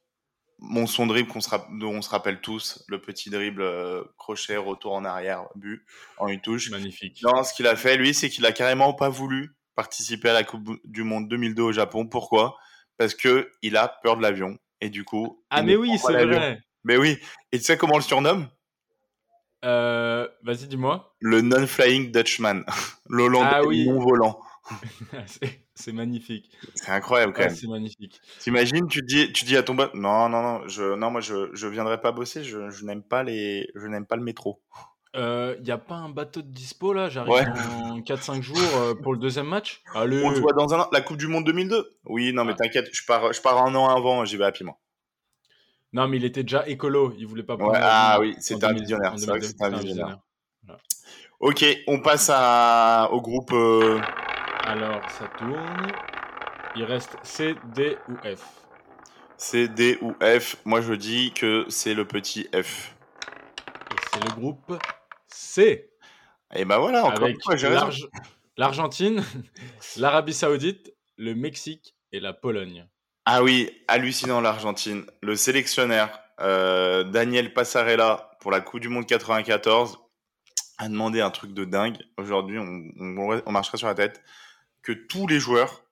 [SPEAKER 1] mon son dribble qu'on se, rap- dont on se rappelle tous, le petit dribble euh, crochet, retour en arrière, but, en une touche.
[SPEAKER 3] Magnifique.
[SPEAKER 1] Non, ce qu'il a fait, lui, c'est qu'il a carrément pas voulu participer à la Coupe du Monde 2002 au Japon. Pourquoi Parce que il a peur de l'avion. Et du coup.
[SPEAKER 3] Ah,
[SPEAKER 1] il
[SPEAKER 3] mais
[SPEAKER 1] ne
[SPEAKER 3] oui,
[SPEAKER 1] prend
[SPEAKER 3] c'est
[SPEAKER 1] pas l'avion.
[SPEAKER 3] vrai.
[SPEAKER 1] Mais oui. Et tu sais comment on le surnomme
[SPEAKER 3] Euh, Vas-y, dis-moi.
[SPEAKER 1] Le non-flying Dutchman. L'Hollandais
[SPEAKER 3] Ah oui.
[SPEAKER 1] non volant.
[SPEAKER 3] C'est- c'est magnifique.
[SPEAKER 1] C'est incroyable quand
[SPEAKER 3] Ah,
[SPEAKER 1] même.
[SPEAKER 3] c'est magnifique.
[SPEAKER 1] T'imagines, tu dis, tu dis à ton pote, non, non, non, je, non, moi, je, je viendrai pas bosser. Je, je n'aime pas les, je n'aime pas le métro.
[SPEAKER 3] Il n'y Euh, a pas un bateau de dispo là J'arrive
[SPEAKER 1] Ouais.
[SPEAKER 3] dans 4-5 jours euh, pour le deuxième match Allez,
[SPEAKER 1] On se voit dans un an. La Coupe du Monde 2002. Oui, non, mais
[SPEAKER 3] Ah.
[SPEAKER 1] t'inquiète, je pars, je pars un an avant. J'y vais à Piment.
[SPEAKER 3] Non, mais il était déjà écolo, il voulait pas prendre.
[SPEAKER 1] Ouais,
[SPEAKER 3] l'avion
[SPEAKER 1] ah oui,
[SPEAKER 3] en
[SPEAKER 1] c'est un
[SPEAKER 3] 2000
[SPEAKER 1] visionnaire,
[SPEAKER 3] en
[SPEAKER 1] c'est vrai que
[SPEAKER 3] 2002,
[SPEAKER 1] c'est un visionnaire. Ok, on passe à, au groupe. euh,
[SPEAKER 3] Alors, ça tourne. Il reste C, D ou F.
[SPEAKER 1] C, D ou F. Moi, je dis que c'est le petit F.
[SPEAKER 3] Et c'est le groupe C.
[SPEAKER 1] Et ben voilà, encore
[SPEAKER 3] avec
[SPEAKER 1] une fois, j'ai raison.
[SPEAKER 3] l'Arge- l'Argentine, l'Arabie Saoudite, le Mexique et la Pologne.
[SPEAKER 1] Ah oui, hallucinant l'Argentine. Le sélectionnaire euh, Daniel Passarella pour la Coupe du Monde 94 a demandé un truc de dingue. Aujourd'hui, on, on- on marcherait sur la tête. Que tous les joueurs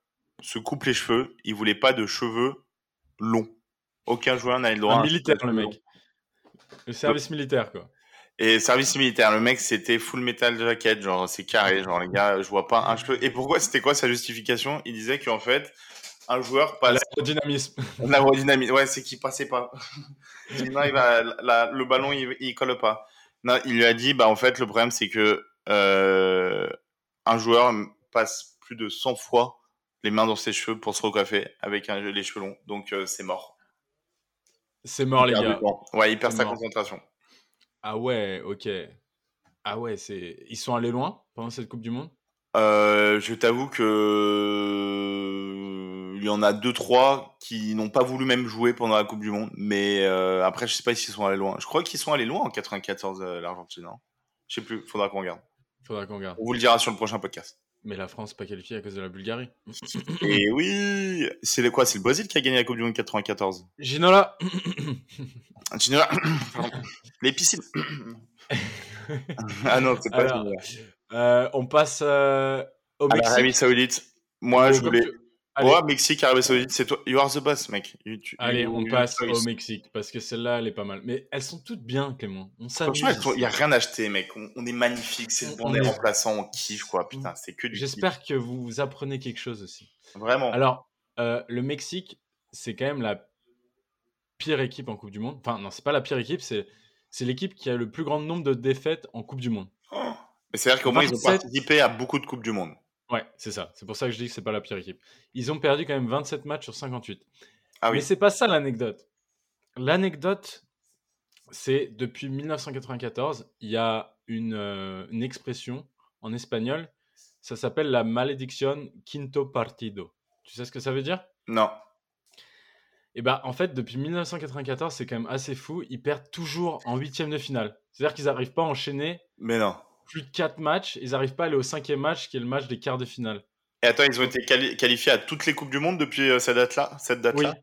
[SPEAKER 1] se coupent les cheveux. Ils voulaient pas de cheveux longs. Aucun joueur n'avait le droit. à
[SPEAKER 3] Un
[SPEAKER 1] un
[SPEAKER 3] militaire,
[SPEAKER 1] cheveu
[SPEAKER 3] le
[SPEAKER 1] long.
[SPEAKER 3] mec. Le service militaire, quoi.
[SPEAKER 1] Et service militaire, le mec c'était full metal jacket, genre c'est carré, genre les gars, je vois pas un cheveu. Et pourquoi c'était quoi sa justification Il disait qu'en fait, un joueur passe
[SPEAKER 3] L'aérodynamisme.
[SPEAKER 1] l'aérodynamisme. Ouais, c'est qu'il passait pas. Sinon, il va- la- le ballon il, il colle pas. Non, il lui a dit, bah en fait, le problème c'est que euh, un joueur passe plus de 100 fois les mains dans ses cheveux pour se recoiffer avec un- les cheveux longs, donc euh, c'est mort.
[SPEAKER 3] C'est mort, les
[SPEAKER 1] Il perd
[SPEAKER 3] gars.
[SPEAKER 1] du temps. Ouais, il perd
[SPEAKER 3] C'est
[SPEAKER 1] sa
[SPEAKER 3] mort.
[SPEAKER 1] concentration.
[SPEAKER 3] Ah ouais, ok. Ah ouais, c'est. Ils sont allés loin pendant cette Coupe du Monde.
[SPEAKER 1] Euh, je t'avoue que il y en a deux trois qui n'ont pas voulu même jouer pendant la Coupe du Monde, mais euh, après je sais pas s'ils sont allés loin. Je crois qu'ils sont allés loin en 94 euh, l'Argentine. hein. Je sais plus, faudra qu'on regarde.
[SPEAKER 3] Faudra qu'on regarde.
[SPEAKER 1] On vous le dira sur le prochain podcast.
[SPEAKER 3] Mais la France pas qualifiée à cause de la Bulgarie.
[SPEAKER 1] Et oui, c'est le quoi C'est le Brésil qui a gagné la Coupe du Monde Ah, 94.
[SPEAKER 3] Ginola
[SPEAKER 1] Ginola, pardon. les piscines. ah non, c'est pas
[SPEAKER 3] Alors,
[SPEAKER 1] Ginola.
[SPEAKER 3] euh, On passe euh, au
[SPEAKER 1] À
[SPEAKER 3] Mexique.
[SPEAKER 1] l'Arabie Saoudite. Moi, je
[SPEAKER 3] Comme
[SPEAKER 1] voulais.
[SPEAKER 3] tu- Allez,
[SPEAKER 1] Ouais, Mexique, Arabie Saoudite, c'est toi. You are the boss, mec. You- tu-
[SPEAKER 3] allez,
[SPEAKER 1] you-
[SPEAKER 3] on
[SPEAKER 1] you
[SPEAKER 3] passe
[SPEAKER 1] choice.
[SPEAKER 3] au Mexique parce que celle-là, elle est pas mal. Mais elles sont toutes bien, Clément. On s'amuse.
[SPEAKER 1] Franchement, il n'y a rien acheté, mec. On, on est magnifique, c'est le
[SPEAKER 3] On-
[SPEAKER 1] bon
[SPEAKER 3] on
[SPEAKER 1] des
[SPEAKER 3] est- Mmh.
[SPEAKER 1] remplaçants, on kiffe, quoi. Putain, c'est que du
[SPEAKER 3] J'espère que vous apprenez quelque chose aussi.
[SPEAKER 1] kiff. Vraiment.
[SPEAKER 3] Alors, euh, le Mexique, c'est quand même la pire équipe en Coupe du Monde. Enfin, non, c'est pas la pire équipe, c'est c'est l'équipe qui a le plus grand nombre de défaites en Coupe du Monde.
[SPEAKER 1] Oh. Mais c'est-à-dire qu'au moins, ils ont
[SPEAKER 3] 27.
[SPEAKER 1] participé à beaucoup de Coupes du Monde.
[SPEAKER 3] Ouais, c'est ça. C'est pour ça que je dis que c'est pas la pire équipe. Ils ont perdu quand même 27 matchs sur 58.
[SPEAKER 1] Ah oui.
[SPEAKER 3] Mais c'est pas ça l'anecdote. L'anecdote, c'est depuis 1994, il y a une, euh, une expression en espagnol, ça s'appelle la malédiction quinto partido. Tu sais ce que ça veut dire
[SPEAKER 1] Non.
[SPEAKER 3] et ben en fait, depuis 1994, c'est quand même assez fou. Ils perdent toujours en huitième de finale. C'est-à-dire qu'ils n'arrivent pas à enchaîner
[SPEAKER 1] Mais non.
[SPEAKER 3] plus de quatre matchs. Ils n'arrivent pas à aller au cinquième match, qui est le match des quarts de finale.
[SPEAKER 1] Et attends, ils ont été quali- qualifiés à toutes les Coupes du Monde depuis euh, cette date-là Cette date-là
[SPEAKER 3] Oui.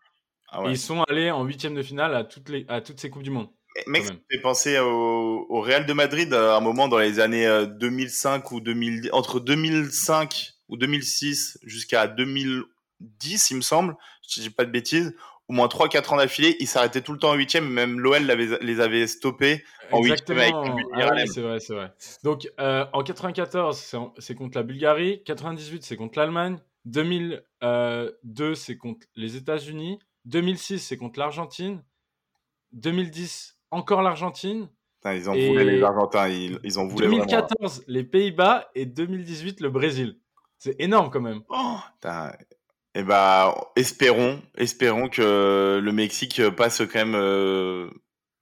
[SPEAKER 1] Ah
[SPEAKER 3] Et
[SPEAKER 1] ouais.
[SPEAKER 3] ils sont allés en huitième de finale à toutes, les, à toutes ces Coupes du Monde.
[SPEAKER 1] Mec,
[SPEAKER 3] quand
[SPEAKER 1] ça
[SPEAKER 3] même.
[SPEAKER 1] me fait penser au, au Real de Madrid à un moment dans les années euh, 2005 ou 2000, entre 2005 ou 2006 jusqu'à 2010, il me semble, si je dis pas de bêtises, au moins 3-4 ans d'affilée, ils s'arrêtaient tout le temps en 8 même l'OL l'avait- les avait stoppés. En huitième avec
[SPEAKER 3] Exactement.
[SPEAKER 1] la Bulgarie.
[SPEAKER 3] Ah oui, c'est vrai, c'est vrai. Donc, euh, en 94, c'est en- c'est contre la Bulgarie. 98, c'est contre l'Allemagne. 2002, c'est contre les États-Unis. 2006, c'est contre l'Argentine. 2010, encore l'Argentine.
[SPEAKER 1] Putain, ils en
[SPEAKER 3] Et-
[SPEAKER 1] voulaient, les Argentins, ils, ils en voulaient vraiment.
[SPEAKER 3] 2014, les Pays-Bas. Et 2018, le Brésil. C'est énorme quand même.
[SPEAKER 1] Oh, et bah, espérons, espérons que le Mexique passe quand même euh,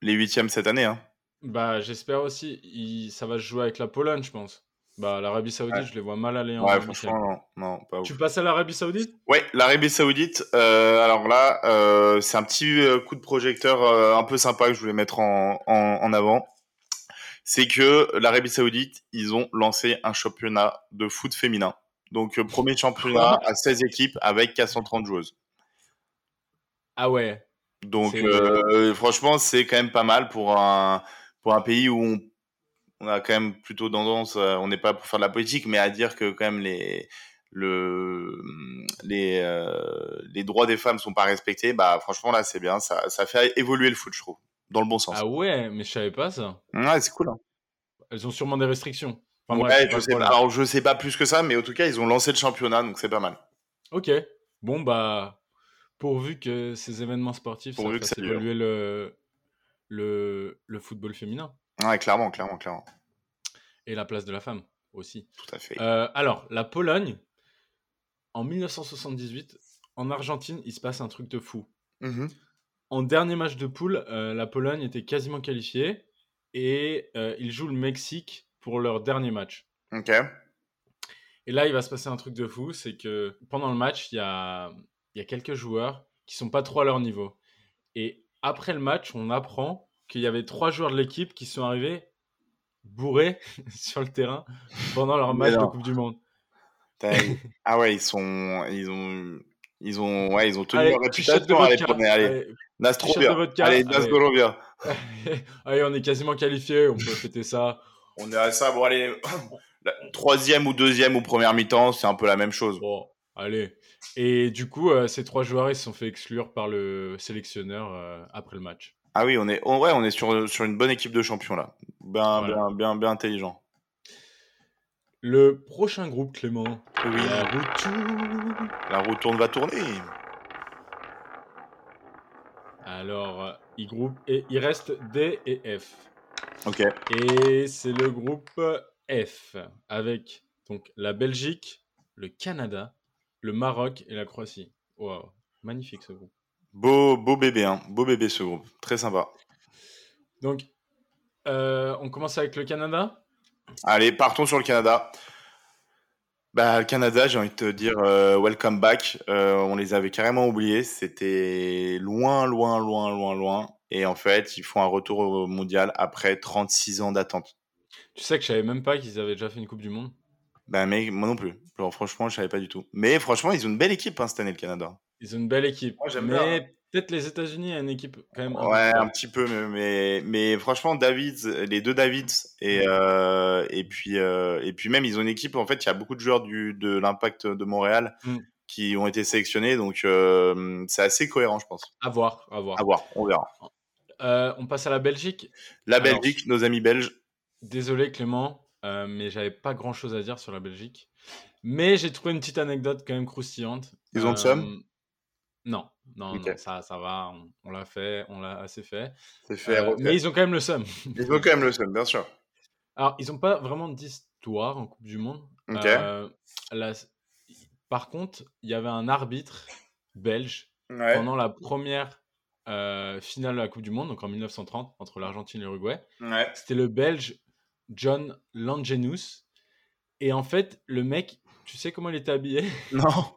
[SPEAKER 1] les huitièmes cette année. Hein.
[SPEAKER 3] Bah, j'espère aussi. Il- Ça va se jouer avec la Pologne, je pense. Bah, l'Arabie Saoudite,
[SPEAKER 1] Ouais.
[SPEAKER 3] je les vois mal aller en
[SPEAKER 1] Ouais,
[SPEAKER 3] huitième.
[SPEAKER 1] franchement, non, non, pas ouf.
[SPEAKER 3] Tu passes à l'Arabie Saoudite
[SPEAKER 1] Ouais, l'Arabie Saoudite. euh, alors là, euh, c'est un petit euh, coup de projecteur euh, un peu sympa que je voulais mettre en, en- en avant. C'est que l'Arabie Saoudite, ils ont lancé un championnat de foot féminin. Donc, euh, premier championnat à 16 équipes avec 430 joueuses.
[SPEAKER 3] Ah ouais.
[SPEAKER 1] Donc,
[SPEAKER 3] C'est-
[SPEAKER 1] euh, franchement, c'est quand même pas mal pour un, pour un pays où on, on a quand même plutôt tendance, euh, on n'est pas pour faire de la politique, mais à dire que quand même les, le, hum, les, euh, les droits des femmes sont pas respectés, bah, franchement, là, c'est bien. Ça, ça fait évoluer le foot, je trouve, dans le bon sens.
[SPEAKER 3] Ah ouais, mais je savais pas ça.
[SPEAKER 1] Ouais, c'est cool. hein.
[SPEAKER 3] Elles ont sûrement des restrictions. Ah Enfin,
[SPEAKER 1] Ouais,
[SPEAKER 3] bref, c'est
[SPEAKER 1] je
[SPEAKER 3] pas le
[SPEAKER 1] sais pas,
[SPEAKER 3] problème.
[SPEAKER 1] alors, je sais pas plus que ça, mais en tout cas, ils ont lancé le championnat, donc c'est pas mal.
[SPEAKER 3] Ok. Bon, bah, pourvu que ces événements sportifs
[SPEAKER 1] Pourvu
[SPEAKER 3] ça
[SPEAKER 1] que
[SPEAKER 3] fasse
[SPEAKER 1] ça dure.
[SPEAKER 3] évoluer le, le, le football féminin
[SPEAKER 1] Ouais, clairement, clairement, clairement.
[SPEAKER 3] et la place de la femme aussi.
[SPEAKER 1] Tout à fait.
[SPEAKER 3] Euh, alors, la Pologne, en 1978, en Argentine, il se passe un truc de fou.
[SPEAKER 1] Mhm.
[SPEAKER 3] En dernier match de poule, euh, la Pologne était quasiment qualifiée et euh, ils jouent le Mexique pour leur dernier match.
[SPEAKER 1] Ok.
[SPEAKER 3] Et là, il va se passer un truc de fou, c'est que pendant le match, il y a, il y a quelques joueurs qui sont pas trop à leur niveau. Et après le match, on apprend qu'il y avait trois joueurs de l'équipe qui sont arrivés bourrés sur le terrain pendant leur
[SPEAKER 1] Mais
[SPEAKER 3] match de
[SPEAKER 1] non.
[SPEAKER 3] Coupe du Monde.
[SPEAKER 1] Putain, ils- ah ouais, ils sont, ils ont, ils ont, ouais, ils ont tenu
[SPEAKER 3] Allez,
[SPEAKER 1] leur
[SPEAKER 3] t-shirt
[SPEAKER 1] réputation. Allez,
[SPEAKER 3] vodka.
[SPEAKER 1] prenez, allez,
[SPEAKER 3] Allez,
[SPEAKER 1] Nas trop
[SPEAKER 3] t-shirt
[SPEAKER 1] bien.
[SPEAKER 3] de vodka,
[SPEAKER 1] Allez, Nas
[SPEAKER 3] allez.
[SPEAKER 1] Golovia.
[SPEAKER 3] Allez, on est quasiment qualifié, on peut fêter ça.
[SPEAKER 1] On est à ça, bon allez, la troisième ou deuxième ou première mi-temps, c'est un peu la même chose.
[SPEAKER 3] Bon, allez. Et du coup, euh, ces trois joueurs, ils se sont fait exclure par le sélectionneur euh, après le match.
[SPEAKER 1] Ah oui, on est, on- ouais, on est sur, sur une bonne équipe de champions là. Bien,
[SPEAKER 3] Voilà.
[SPEAKER 1] bien, bien, bien intelligent.
[SPEAKER 3] Le prochain groupe, Clément,
[SPEAKER 1] Oui,
[SPEAKER 3] la retour.
[SPEAKER 1] la roue tourne, va tourner.
[SPEAKER 3] Alors, euh, il groupe et il reste D et F.
[SPEAKER 1] Ok.
[SPEAKER 3] Et c'est le groupe euh, F avec donc la Belgique, le Canada, le Maroc et la Croatie. Waouh, magnifique ce groupe.
[SPEAKER 1] Beau, beau bébé, hein. Beau bébé ce groupe. Très sympa.
[SPEAKER 3] Donc, euh, on commence avec le Canada.
[SPEAKER 1] Allez, partons sur le Canada. Bah, le Canada, j'ai envie de te dire euh, welcome back. Euh, on les avait carrément oubliés. C'était loin, loin, loin, loin, loin. Et en fait, ils font un retour au mondial après 36 ans d'attente.
[SPEAKER 3] Tu sais que je savais même pas qu'ils avaient déjà fait une Coupe du Monde.
[SPEAKER 1] Bah, mais moi non plus. Genre, franchement, je savais pas du tout. Mais franchement, ils ont une belle équipe hein, cette année, le Canada.
[SPEAKER 3] Ils ont une belle équipe.
[SPEAKER 1] Moi, j'aime bien, hein.
[SPEAKER 3] mais peut-être les États-Unis a une équipe quand même. un peu
[SPEAKER 1] Ouais,
[SPEAKER 3] forte.
[SPEAKER 1] un petit peu, mais, mais, mais franchement, David, les deux Davids, et, euh, et, puis, euh, et puis même, ils ont une équipe, en fait, il y a beaucoup de joueurs du, de l'impact de Montréal
[SPEAKER 3] Mm.
[SPEAKER 1] qui ont été sélectionnés, donc euh, c'est assez cohérent, je pense.
[SPEAKER 3] À voir, à voir.
[SPEAKER 1] À voir, on verra.
[SPEAKER 3] Euh, on passe à la Belgique.
[SPEAKER 1] La
[SPEAKER 3] Alors.
[SPEAKER 1] Belgique, nos amis belges,
[SPEAKER 3] Désolé Clément, euh, mais j'avais pas grand chose à dire sur la Belgique. Mais j'ai trouvé une petite anecdote quand même croustillante. Euh,
[SPEAKER 1] Ils ont le seum
[SPEAKER 3] Non, non,
[SPEAKER 1] Ok.
[SPEAKER 3] non, ça, ça va, on, on l'a fait, on l'a assez fait.
[SPEAKER 1] c'est fait.
[SPEAKER 3] Euh,
[SPEAKER 1] refait.
[SPEAKER 3] mais ils ont quand même le seum.
[SPEAKER 1] Ils ont quand même le seum, bien sûr.
[SPEAKER 3] Alors, ils ont pas vraiment d'histoire en Coupe du Monde.
[SPEAKER 1] Ok.
[SPEAKER 3] Euh, la- Par contre, il y avait un arbitre belge
[SPEAKER 1] Ouais.
[SPEAKER 3] pendant la première euh, finale de la Coupe du Monde, donc en 1930, entre l'Argentine et l'Uruguay.
[SPEAKER 1] ouais.
[SPEAKER 3] C'était le Belge John Langenus. Et en fait, le mec, tu sais comment il était habillé
[SPEAKER 1] Non.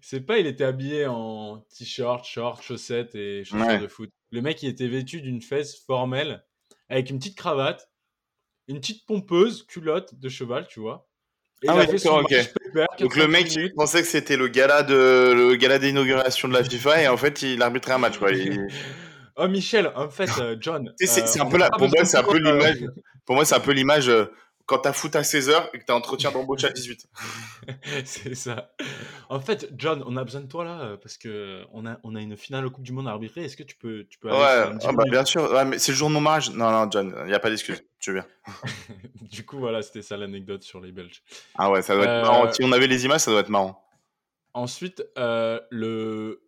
[SPEAKER 3] C'est pas, il était habillé en t-shirt, short, chaussettes et chaussures
[SPEAKER 1] Ouais.
[SPEAKER 3] de foot. Le mec, il était vêtu d'une fesse formelle, avec une petite cravate, une petite pompeuse, culotte de cheval, tu vois. Et
[SPEAKER 1] Ah
[SPEAKER 3] il
[SPEAKER 1] ouais,
[SPEAKER 3] a fait son
[SPEAKER 1] d'accord, ok.
[SPEAKER 3] match pépère,
[SPEAKER 1] Donc le
[SPEAKER 3] 90
[SPEAKER 1] mec il
[SPEAKER 3] minutes.
[SPEAKER 1] pensait que c'était le gala de le gala d'inauguration de la FIFA et en fait il arbitrait un match. quoi. Il-
[SPEAKER 3] Oh Michel, en fait, euh, John.
[SPEAKER 1] Tu sais, C'est
[SPEAKER 3] euh,
[SPEAKER 1] c'est un
[SPEAKER 3] on
[SPEAKER 1] peu
[SPEAKER 3] n'a
[SPEAKER 1] la-
[SPEAKER 3] pas
[SPEAKER 1] pour moi,
[SPEAKER 3] besoin de
[SPEAKER 1] c'est un
[SPEAKER 3] toi,
[SPEAKER 1] peu
[SPEAKER 3] euh,
[SPEAKER 1] l'image. Pour moi, c'est un peu l'image euh, quand t'as foot à 16h et que t'as entretien d'embauche à 18.
[SPEAKER 3] C'est ça. En fait, John, on a besoin de toi là euh, parce que on a, on a une finale au Coupe du Monde à arbitrer. Est-ce que tu peux, tu peux
[SPEAKER 1] Ouais,
[SPEAKER 3] aller sur
[SPEAKER 1] ah
[SPEAKER 3] une
[SPEAKER 1] bah,
[SPEAKER 3] dix
[SPEAKER 1] bien sûr. Ouais, mais c'est le jour de mon mariage. Non, non, John, il n'y a pas d'excuse. Tu viens.
[SPEAKER 3] minutes Du coup, voilà, c'était ça l'anecdote sur les Belges.
[SPEAKER 1] Ah ouais, ça doit être
[SPEAKER 3] Euh,
[SPEAKER 1] marrant. Si on avait les images, ça doit être marrant.
[SPEAKER 3] Ensuite, euh, le...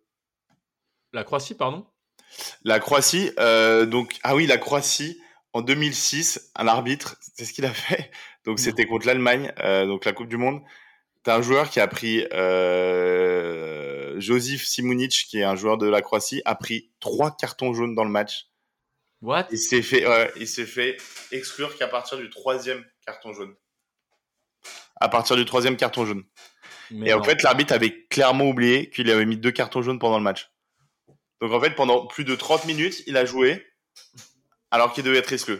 [SPEAKER 3] la Croatie, pardon.
[SPEAKER 1] La Croatie, euh, donc, ah oui, la Croatie, en 2006, un arbitre, c'est ce qu'il a fait. Donc, c'était contre l'Allemagne, euh, donc la Coupe du Monde. T'as un joueur qui a pris, euh, Josif Simunic, qui est un joueur de la Croatie, a pris trois cartons jaunes dans le match.
[SPEAKER 3] What
[SPEAKER 1] Il s'est fait, ouais, il s'est fait exclure qu'à partir du troisième carton jaune. À partir du troisième carton jaune.
[SPEAKER 3] Mais
[SPEAKER 1] Et en
[SPEAKER 3] non.
[SPEAKER 1] fait, l'arbitre avait clairement oublié qu'il avait mis deux cartons jaunes pendant le match. Donc en fait, pendant plus de 30 minutes, il a joué alors qu'il devait être exclu.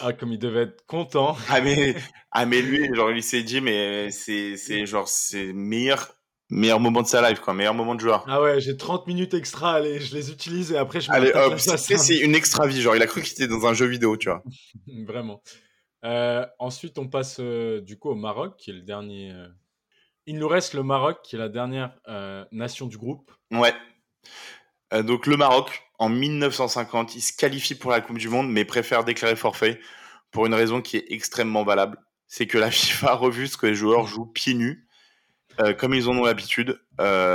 [SPEAKER 3] Ah, comme il devait être content.
[SPEAKER 1] Ah mais, ah mais lui, genre il s'est dit mais c'est c'est genre c'est meilleur meilleur moment de sa life quoi, meilleur moment de joueur.
[SPEAKER 3] Ah ouais, j'ai 30 minutes extra, allez, je les utilise et après je me
[SPEAKER 1] Allez
[SPEAKER 3] tape
[SPEAKER 1] hop, c'est
[SPEAKER 3] l'assassin.
[SPEAKER 1] c'est une extra vie, genre il a cru qu'il était dans un jeu vidéo, tu vois.
[SPEAKER 3] Vraiment. Euh, ensuite, on passe euh, du coup au Maroc, qui est le dernier. euh, Il nous reste le Maroc, qui est la dernière euh, nation du groupe.
[SPEAKER 1] Ouais. Euh, donc le Maroc, en 1950, il se qualifie pour la Coupe du Monde, mais préfère déclarer forfait pour une raison qui est extrêmement valable. C'est que la FIFA refuse que les joueurs jouent pieds nus, euh, comme ils en ont l'habitude,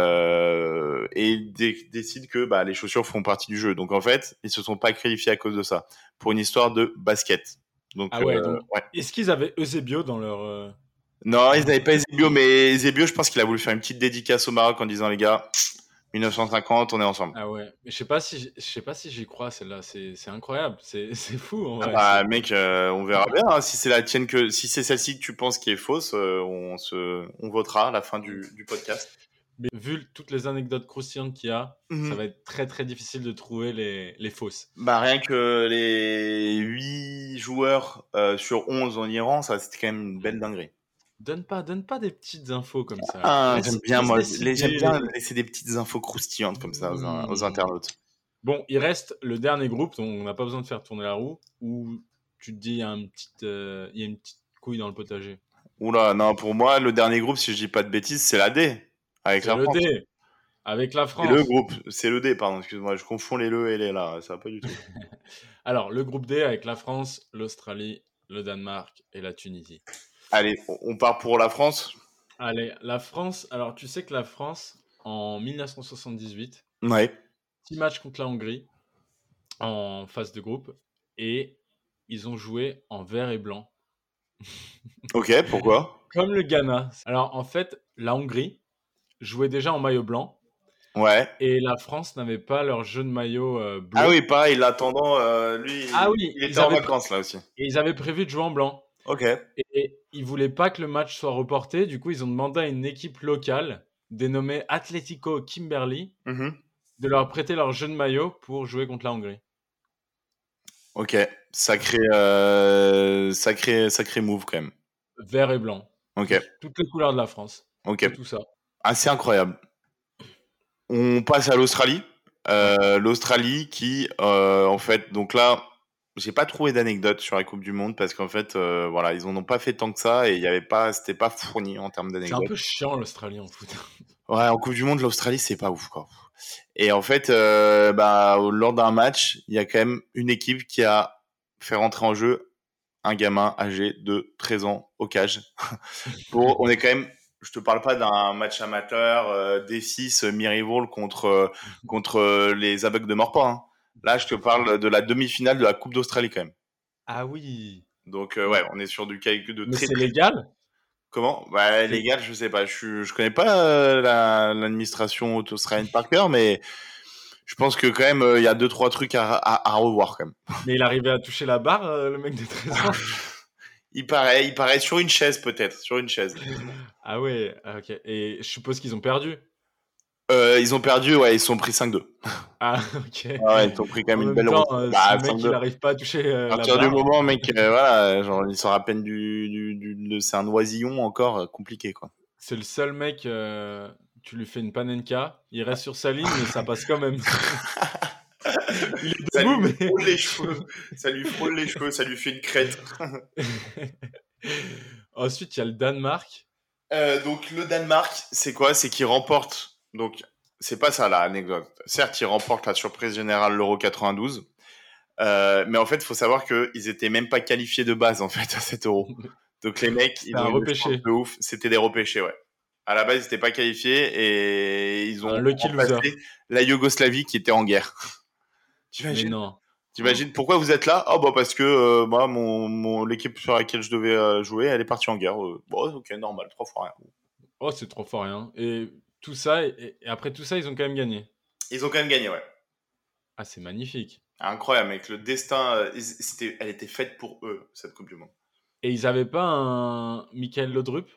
[SPEAKER 1] euh, et dé- décide que bah, les chaussures font partie du jeu. Donc en fait, ils se sont pas qualifiés à cause de ça, pour une histoire de basket. Donc,
[SPEAKER 3] Ah ouais,
[SPEAKER 1] euh,
[SPEAKER 3] donc-
[SPEAKER 1] ouais.
[SPEAKER 3] Est-ce qu'ils avaient Eusebio dans leur. euh,
[SPEAKER 1] Non, ils n'avaient pas Ezebio, mais Ezebio, je pense qu'il a voulu faire une petite dédicace au Maroc en disant les gars, 1950, on est ensemble.
[SPEAKER 3] Ah ouais, mais je sais pas si j'- je sais pas si j'y crois celle-là, c'est c'est incroyable, c'est c'est fou en
[SPEAKER 1] Ah
[SPEAKER 3] vrai.
[SPEAKER 1] bah mec, euh, on verra bien. hein. Si c'est la tienne que, si c'est celle-ci que tu penses qui est fausse, euh, on se, on votera à la fin du, du podcast.
[SPEAKER 3] Mais vu toutes les anecdotes croustillantes qu'il y a, ça
[SPEAKER 1] Mhm.
[SPEAKER 3] va être très très difficile de trouver les, les fausses.
[SPEAKER 1] Bah rien que les 8 joueurs euh, sur 11 en Iran, ça c'était quand même une belle dinguerie.
[SPEAKER 3] Donne pas, donne pas des petites infos comme ça.
[SPEAKER 1] Ah,
[SPEAKER 3] Laisse-
[SPEAKER 1] j'aime bien
[SPEAKER 3] laisse
[SPEAKER 1] moi,
[SPEAKER 3] les
[SPEAKER 1] les- Mm-hmm. j'aime
[SPEAKER 3] citer.
[SPEAKER 1] bien laisser des petites infos croustillantes comme ça aux, aux internautes.
[SPEAKER 3] Bon, il reste le dernier groupe, donc on n'a pas besoin de faire tourner la roue, où tu te dis il y, a un petit, euh, il y a une petite couille dans le potager.
[SPEAKER 1] Oula, non pour moi le dernier groupe, si je dis pas de bêtises, c'est la D avec
[SPEAKER 3] C'est
[SPEAKER 1] la
[SPEAKER 3] le
[SPEAKER 1] France.
[SPEAKER 3] D avec la
[SPEAKER 1] C'est
[SPEAKER 3] France.
[SPEAKER 1] le groupe, c'est le D pardon, excuse-moi, je confonds les le et les là, ça va pas du tout.
[SPEAKER 3] Alors, le groupe D avec la France, l'Australie, le Danemark et la Tunisie.
[SPEAKER 1] Allez, on- on part pour la France.
[SPEAKER 3] Allez, la France, alors tu sais que la France, en 1978,
[SPEAKER 1] Ouais.
[SPEAKER 3] petit match contre la Hongrie en phase de groupe et ils ont joué en vert et blanc,
[SPEAKER 1] Ok, pourquoi
[SPEAKER 3] comme le Ghana. Alors en fait, la Hongrie jouait déjà en maillot blanc
[SPEAKER 1] Ouais.
[SPEAKER 3] et la France n'avait pas leur jeu de maillot euh, bleu.
[SPEAKER 1] Ah oui, pareil, l'attendant, euh, lui,
[SPEAKER 3] Ah oui,
[SPEAKER 1] il était
[SPEAKER 3] ils
[SPEAKER 1] en
[SPEAKER 3] avaient-
[SPEAKER 1] vacances là aussi.
[SPEAKER 3] Et ils avaient prévu de jouer en blanc.
[SPEAKER 1] Ok.
[SPEAKER 3] Et ils voulaient pas que le match soit reporté, du coup ils ont demandé à une équipe locale dénommée Atlético Kimberly de leur prêter leur jeu de maillot pour jouer contre la Hongrie.
[SPEAKER 1] Ok, sacré, euh, sacré, sacré move quand même.
[SPEAKER 3] Vert et blanc.
[SPEAKER 1] Ok,
[SPEAKER 3] Toutes les couleurs de la France.
[SPEAKER 1] ok.
[SPEAKER 3] Tout ça.
[SPEAKER 1] Assez incroyable. On passe à l'Australie. Euh, L'Australie qui, euh, en fait, donc là, j'ai pas trouvé d'anecdote sur la Coupe du Monde parce qu'en fait, euh, voilà, ils en ont pas fait tant que ça et il y avait pas, c'était pas fourni en termes
[SPEAKER 3] C'est un
[SPEAKER 1] d'anecdotes.
[SPEAKER 3] peu chiant l'Australie en foot.
[SPEAKER 1] Ouais, en Coupe du Monde, l'Australie, c'est pas ouf, quoi. Et en fait, euh, bah, au- lors d'un match, il y a quand même une équipe qui a fait rentrer en jeu un gamin âgé de 13 ans au cage. Pour, on est quand même, je te parle pas d'un match amateur euh, D6 euh, Mirivoll contre euh, contre euh, les aveugles de Morpa. hein. Là, je te parle de la demi-finale de la Coupe d'Australie quand même.
[SPEAKER 3] Ah oui.
[SPEAKER 1] Donc euh, ouais, on est sur du calcul de
[SPEAKER 3] Mais
[SPEAKER 1] très
[SPEAKER 3] c'est légal
[SPEAKER 1] Comment bah, Les gars, je sais pas. Je, suis- je connais pas euh, la- l'administration australienne par cœur, mais je pense que quand même, euh, il y a deux trois trucs à, à- à revoir quand même.
[SPEAKER 3] Mais il arrivait à toucher la barre, euh, le mec de 13 ans
[SPEAKER 1] Il paraît, il paraît sur une chaise peut-être, sur une chaise.
[SPEAKER 3] Ah ouais, ah, ok. Et je suppose qu'ils ont perdu.
[SPEAKER 1] Euh, ils ont perdu, ouais, ils se sont pris 5-2.
[SPEAKER 3] Ah, ok.
[SPEAKER 1] Ah ouais, ils ont pris quand
[SPEAKER 3] En
[SPEAKER 1] même une
[SPEAKER 3] même
[SPEAKER 1] belle
[SPEAKER 3] temps,
[SPEAKER 1] ronde.
[SPEAKER 3] euh,
[SPEAKER 1] Bah,
[SPEAKER 3] si le mec,
[SPEAKER 1] 5-2.
[SPEAKER 3] il n'arrive pas à toucher euh,
[SPEAKER 1] à
[SPEAKER 3] la
[SPEAKER 1] partir du
[SPEAKER 3] barre.
[SPEAKER 1] moment, mec, euh, voilà, genre, il sort à peine du, du, du- de- c'est un oisillon encore euh, compliqué, quoi.
[SPEAKER 3] C'est le seul mec,
[SPEAKER 1] Ah.
[SPEAKER 3] euh, tu lui fais une panenka, il reste sur sa ligne, mais ça passe quand même. Il est
[SPEAKER 1] Ça
[SPEAKER 3] debout,
[SPEAKER 1] lui
[SPEAKER 3] mais.
[SPEAKER 1] frôle les cheveux. Ça lui frôle les cheveux, ça lui fait une crête.
[SPEAKER 3] Ensuite, il y a le Danemark.
[SPEAKER 1] Euh, donc le Danemark, c'est quoi C'est qu'il remporte. Donc c'est pas ça l'anecdote. Certes, ils remportent la surprise générale l'Euro 92. Euh, mais en fait, il faut savoir qu'ils étaient même pas qualifiés de base en fait à cet Euro. Donc les mecs, ils
[SPEAKER 3] un
[SPEAKER 1] ont eu une
[SPEAKER 3] repêché.
[SPEAKER 1] chance de ouf. C'était des repêchés, ouais. À la base, ils n'étaient pas qualifiés et ils ont
[SPEAKER 3] Un lucky
[SPEAKER 1] remplacé
[SPEAKER 3] loser.
[SPEAKER 1] la Yougoslavie qui était en guerre.
[SPEAKER 3] Mais
[SPEAKER 1] T'imagines
[SPEAKER 3] non.
[SPEAKER 1] T'imagines pourquoi vous êtes là Ah bah parce que euh, moi, mon, mon- l'équipe sur laquelle je devais euh, jouer, elle est partie en guerre. Euh, bon, ok, normal, trois fois rien.
[SPEAKER 3] Oh, c'est trop fort, rien. Et tout ça, et, et après tout ça, ils ont quand même gagné.
[SPEAKER 1] Ils ont quand même gagné, ouais.
[SPEAKER 3] Ah, c'est magnifique.
[SPEAKER 1] Incroyable, mec. Le destin, euh, ils- c'était, elle était faite pour eux, cette Coupe du Monde.
[SPEAKER 3] Et ils avaient pas un Michael Laudrup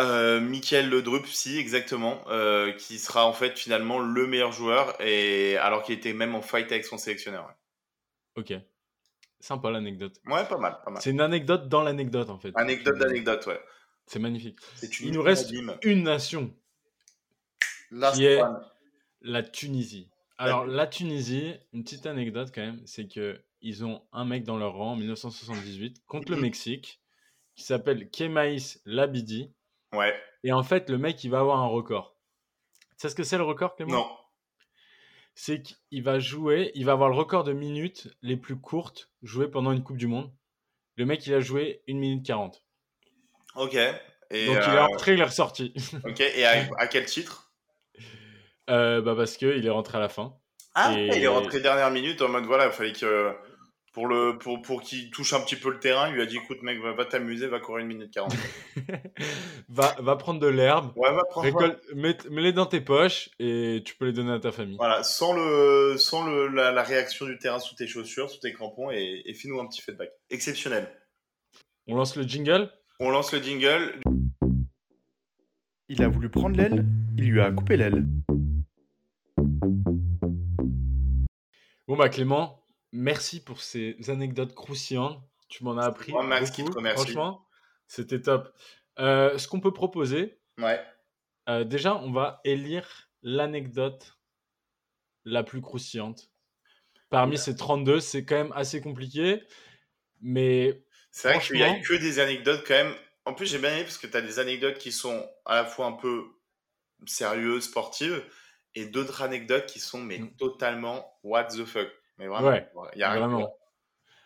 [SPEAKER 1] Euh, Michael Ledrup, si, exactement, euh, qui sera en fait finalement le meilleur joueur, et alors qu'il était même en fight avec son sélectionneur. ouais.
[SPEAKER 3] Ok. Sympa l'anecdote.
[SPEAKER 1] Ouais, pas mal, pas mal.
[SPEAKER 3] C'est une anecdote dans l'anecdote, en fait.
[SPEAKER 1] Anecdote d'anecdote, ouais.
[SPEAKER 3] C'est magnifique.
[SPEAKER 1] C'est
[SPEAKER 3] Il nous reste-
[SPEAKER 1] unanime.
[SPEAKER 3] Une nation.
[SPEAKER 1] Last
[SPEAKER 3] qui est-
[SPEAKER 1] one.
[SPEAKER 3] La Tunisie. Alors, la Tunisie, une petite anecdote quand même, c'est que ils ont un mec dans leur rang en 1978 contre le
[SPEAKER 1] Mhm.
[SPEAKER 3] Mexique qui s'appelle Kemaïs Labidi.
[SPEAKER 1] Ouais.
[SPEAKER 3] Et en fait, le mec, il va avoir un record. Tu sais ce que c'est le record, Clément
[SPEAKER 1] Non.
[SPEAKER 3] C'est qu'il va jouer, il va avoir le record de minutes les plus courtes jouées pendant une Coupe du Monde. Le mec, il a joué 1 minute 40.
[SPEAKER 1] Ok. Et,
[SPEAKER 3] Donc, il est
[SPEAKER 1] euh,
[SPEAKER 3] rentré, il est ressorti.
[SPEAKER 1] ok, et à, à quel titre
[SPEAKER 3] Euh, bah, parce qu'il est rentré à la fin.
[SPEAKER 1] Ah,
[SPEAKER 3] Et-
[SPEAKER 1] il est rentré dernière minute en mode voilà, il fallait que. Pour, le, pour, pour qu'il touche un petit peu le terrain, il lui a dit écoute, mec, va, va t'amuser, va courir une minute 40.
[SPEAKER 3] Va, va prendre de l'herbe.
[SPEAKER 1] Ouais, va prendre.
[SPEAKER 3] Récolte, mets- mets-les dans tes poches et tu peux les donner à ta famille.
[SPEAKER 1] Voilà, sans, le, sans le, la, la réaction du terrain sous tes chaussures, sous tes crampons et, et fais-nous un petit feedback. Exceptionnel.
[SPEAKER 3] On lance le jingle
[SPEAKER 1] On lance le jingle.
[SPEAKER 5] Il a voulu prendre l'aile, il lui a coupé l'aile.
[SPEAKER 3] Bon bah Clément, merci pour ces anecdotes croustillantes. Tu m'en as appris
[SPEAKER 1] moi, Max, qui te
[SPEAKER 3] beaucoup.
[SPEAKER 1] remercie.
[SPEAKER 3] Franchement, c'était top. Euh, ce qu'on peut proposer,
[SPEAKER 1] Ouais.
[SPEAKER 3] euh, déjà, on va élire l'anecdote la plus croustillante. Parmi ces 32, c'est quand même assez compliqué, mais
[SPEAKER 1] C'est vrai qu'il n'y a
[SPEAKER 3] Franchement.
[SPEAKER 1] que des anecdotes quand même. En plus, j'ai bien aimé parce que tu as des anecdotes qui sont à la fois un peu sérieuses, sportives, et d'autres anecdotes qui sont mais
[SPEAKER 3] Mm.
[SPEAKER 1] totalement what the fuck. Mais vraiment,
[SPEAKER 3] Ouais,
[SPEAKER 1] il y a rien.
[SPEAKER 3] Vraiment.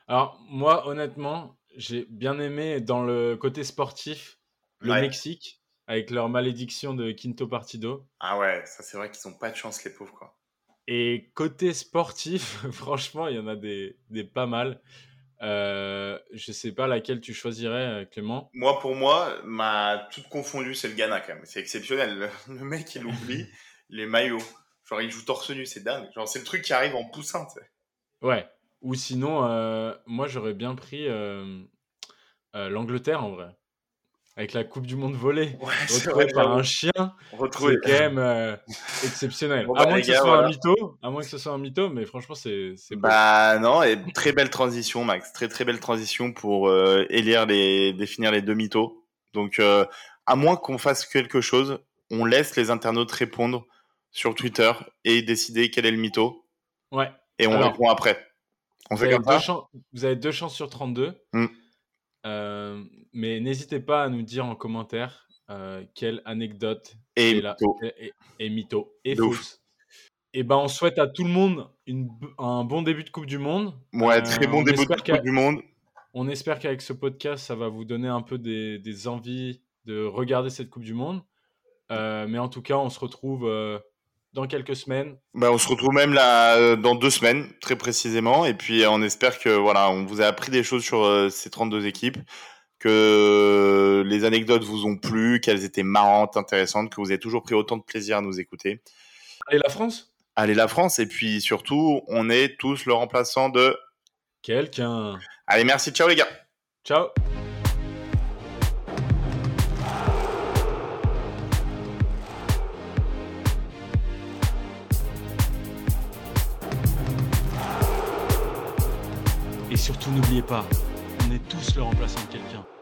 [SPEAKER 3] Alors, moi, honnêtement, j'ai bien aimé dans le côté sportif le
[SPEAKER 1] Ouais.
[SPEAKER 3] Mexique avec leur malédiction de Quinto Partido.
[SPEAKER 1] Ah ouais, ça c'est vrai qu'ils n'ont pas de chance les pauvres quoi.
[SPEAKER 3] Et côté sportif, franchement, il y en a des, des pas mal. Euh, je sais pas laquelle tu choisirais, euh, Clément.
[SPEAKER 1] Moi, pour moi, ma toute confondue, c'est le Ghana quand même. C'est exceptionnel. Le, le mec, il oublie les maillots. Genre, il joue torse nu, c'est dingue. Genre, c'est le truc qui arrive en poussin, tu sais.
[SPEAKER 3] Ouais. Ou sinon, euh, moi, j'aurais bien pris euh, euh, l'Angleterre en vrai. Avec la Coupe du Monde volée,
[SPEAKER 1] Ouais, c'est
[SPEAKER 3] retrouvée
[SPEAKER 1] vrai,
[SPEAKER 3] par
[SPEAKER 1] j'avoue.
[SPEAKER 3] un chien.
[SPEAKER 1] Retrouvé.
[SPEAKER 3] C'est quand même euh, exceptionnel.
[SPEAKER 1] Bon,
[SPEAKER 3] à
[SPEAKER 1] bah,
[SPEAKER 3] moins
[SPEAKER 1] les
[SPEAKER 3] que ce
[SPEAKER 1] gars,
[SPEAKER 3] soit
[SPEAKER 1] voilà.
[SPEAKER 3] un mytho, à moins que ce soit un mytho, mais franchement, c'est c'est beau.
[SPEAKER 1] Bah non, et très belle transition, Max. Très très belle transition pour euh, élire les, définir les deux mythos. Donc, euh, à moins qu'on fasse quelque chose, on laisse les internautes répondre sur Twitter et décider quel est le mytho.
[SPEAKER 3] Ouais.
[SPEAKER 1] Et on
[SPEAKER 3] Alors.
[SPEAKER 1] répond après. On
[SPEAKER 3] Vous
[SPEAKER 1] fait
[SPEAKER 3] avez,
[SPEAKER 1] comme ça
[SPEAKER 3] deux chan- vous avez deux chances sur 32.
[SPEAKER 1] Mm.
[SPEAKER 3] Euh, mais n'hésitez pas à nous dire en commentaire euh, quelle anecdote
[SPEAKER 1] Et
[SPEAKER 3] est, la-
[SPEAKER 1] mytho.
[SPEAKER 3] est- est- est mytho et
[SPEAKER 1] De ouf.
[SPEAKER 3] fausse. Et ben, on souhaite à tout le monde une b- un bon début de Coupe du Monde.
[SPEAKER 1] Ouais,
[SPEAKER 3] Euh,
[SPEAKER 1] très bon
[SPEAKER 3] on
[SPEAKER 1] début de
[SPEAKER 3] espère
[SPEAKER 1] Coupe
[SPEAKER 3] qu'à-
[SPEAKER 1] du Monde.
[SPEAKER 3] On espère qu'avec ce podcast, ça va vous donner un peu des, des envies de regarder cette Coupe du Monde. Euh, mais en tout cas, on se retrouve euh, dans quelques semaines.
[SPEAKER 1] Bah, on se retrouve même là euh, dans deux semaines, très précisément. Et puis, euh, on espère que voilà, on vous a appris des choses sur euh, ces 32 équipes, que les anecdotes vous ont plu, qu'elles étaient marrantes, intéressantes, que vous avez toujours pris autant de plaisir à nous écouter.
[SPEAKER 3] Allez, la France
[SPEAKER 1] Allez la France, et puis surtout, on est tous le remplaçant de.
[SPEAKER 3] Quelqu'un.
[SPEAKER 1] Allez, merci, ciao les gars.
[SPEAKER 3] Ciao
[SPEAKER 2] Et surtout, n'oubliez pas, on est tous le remplaçant de quelqu'un.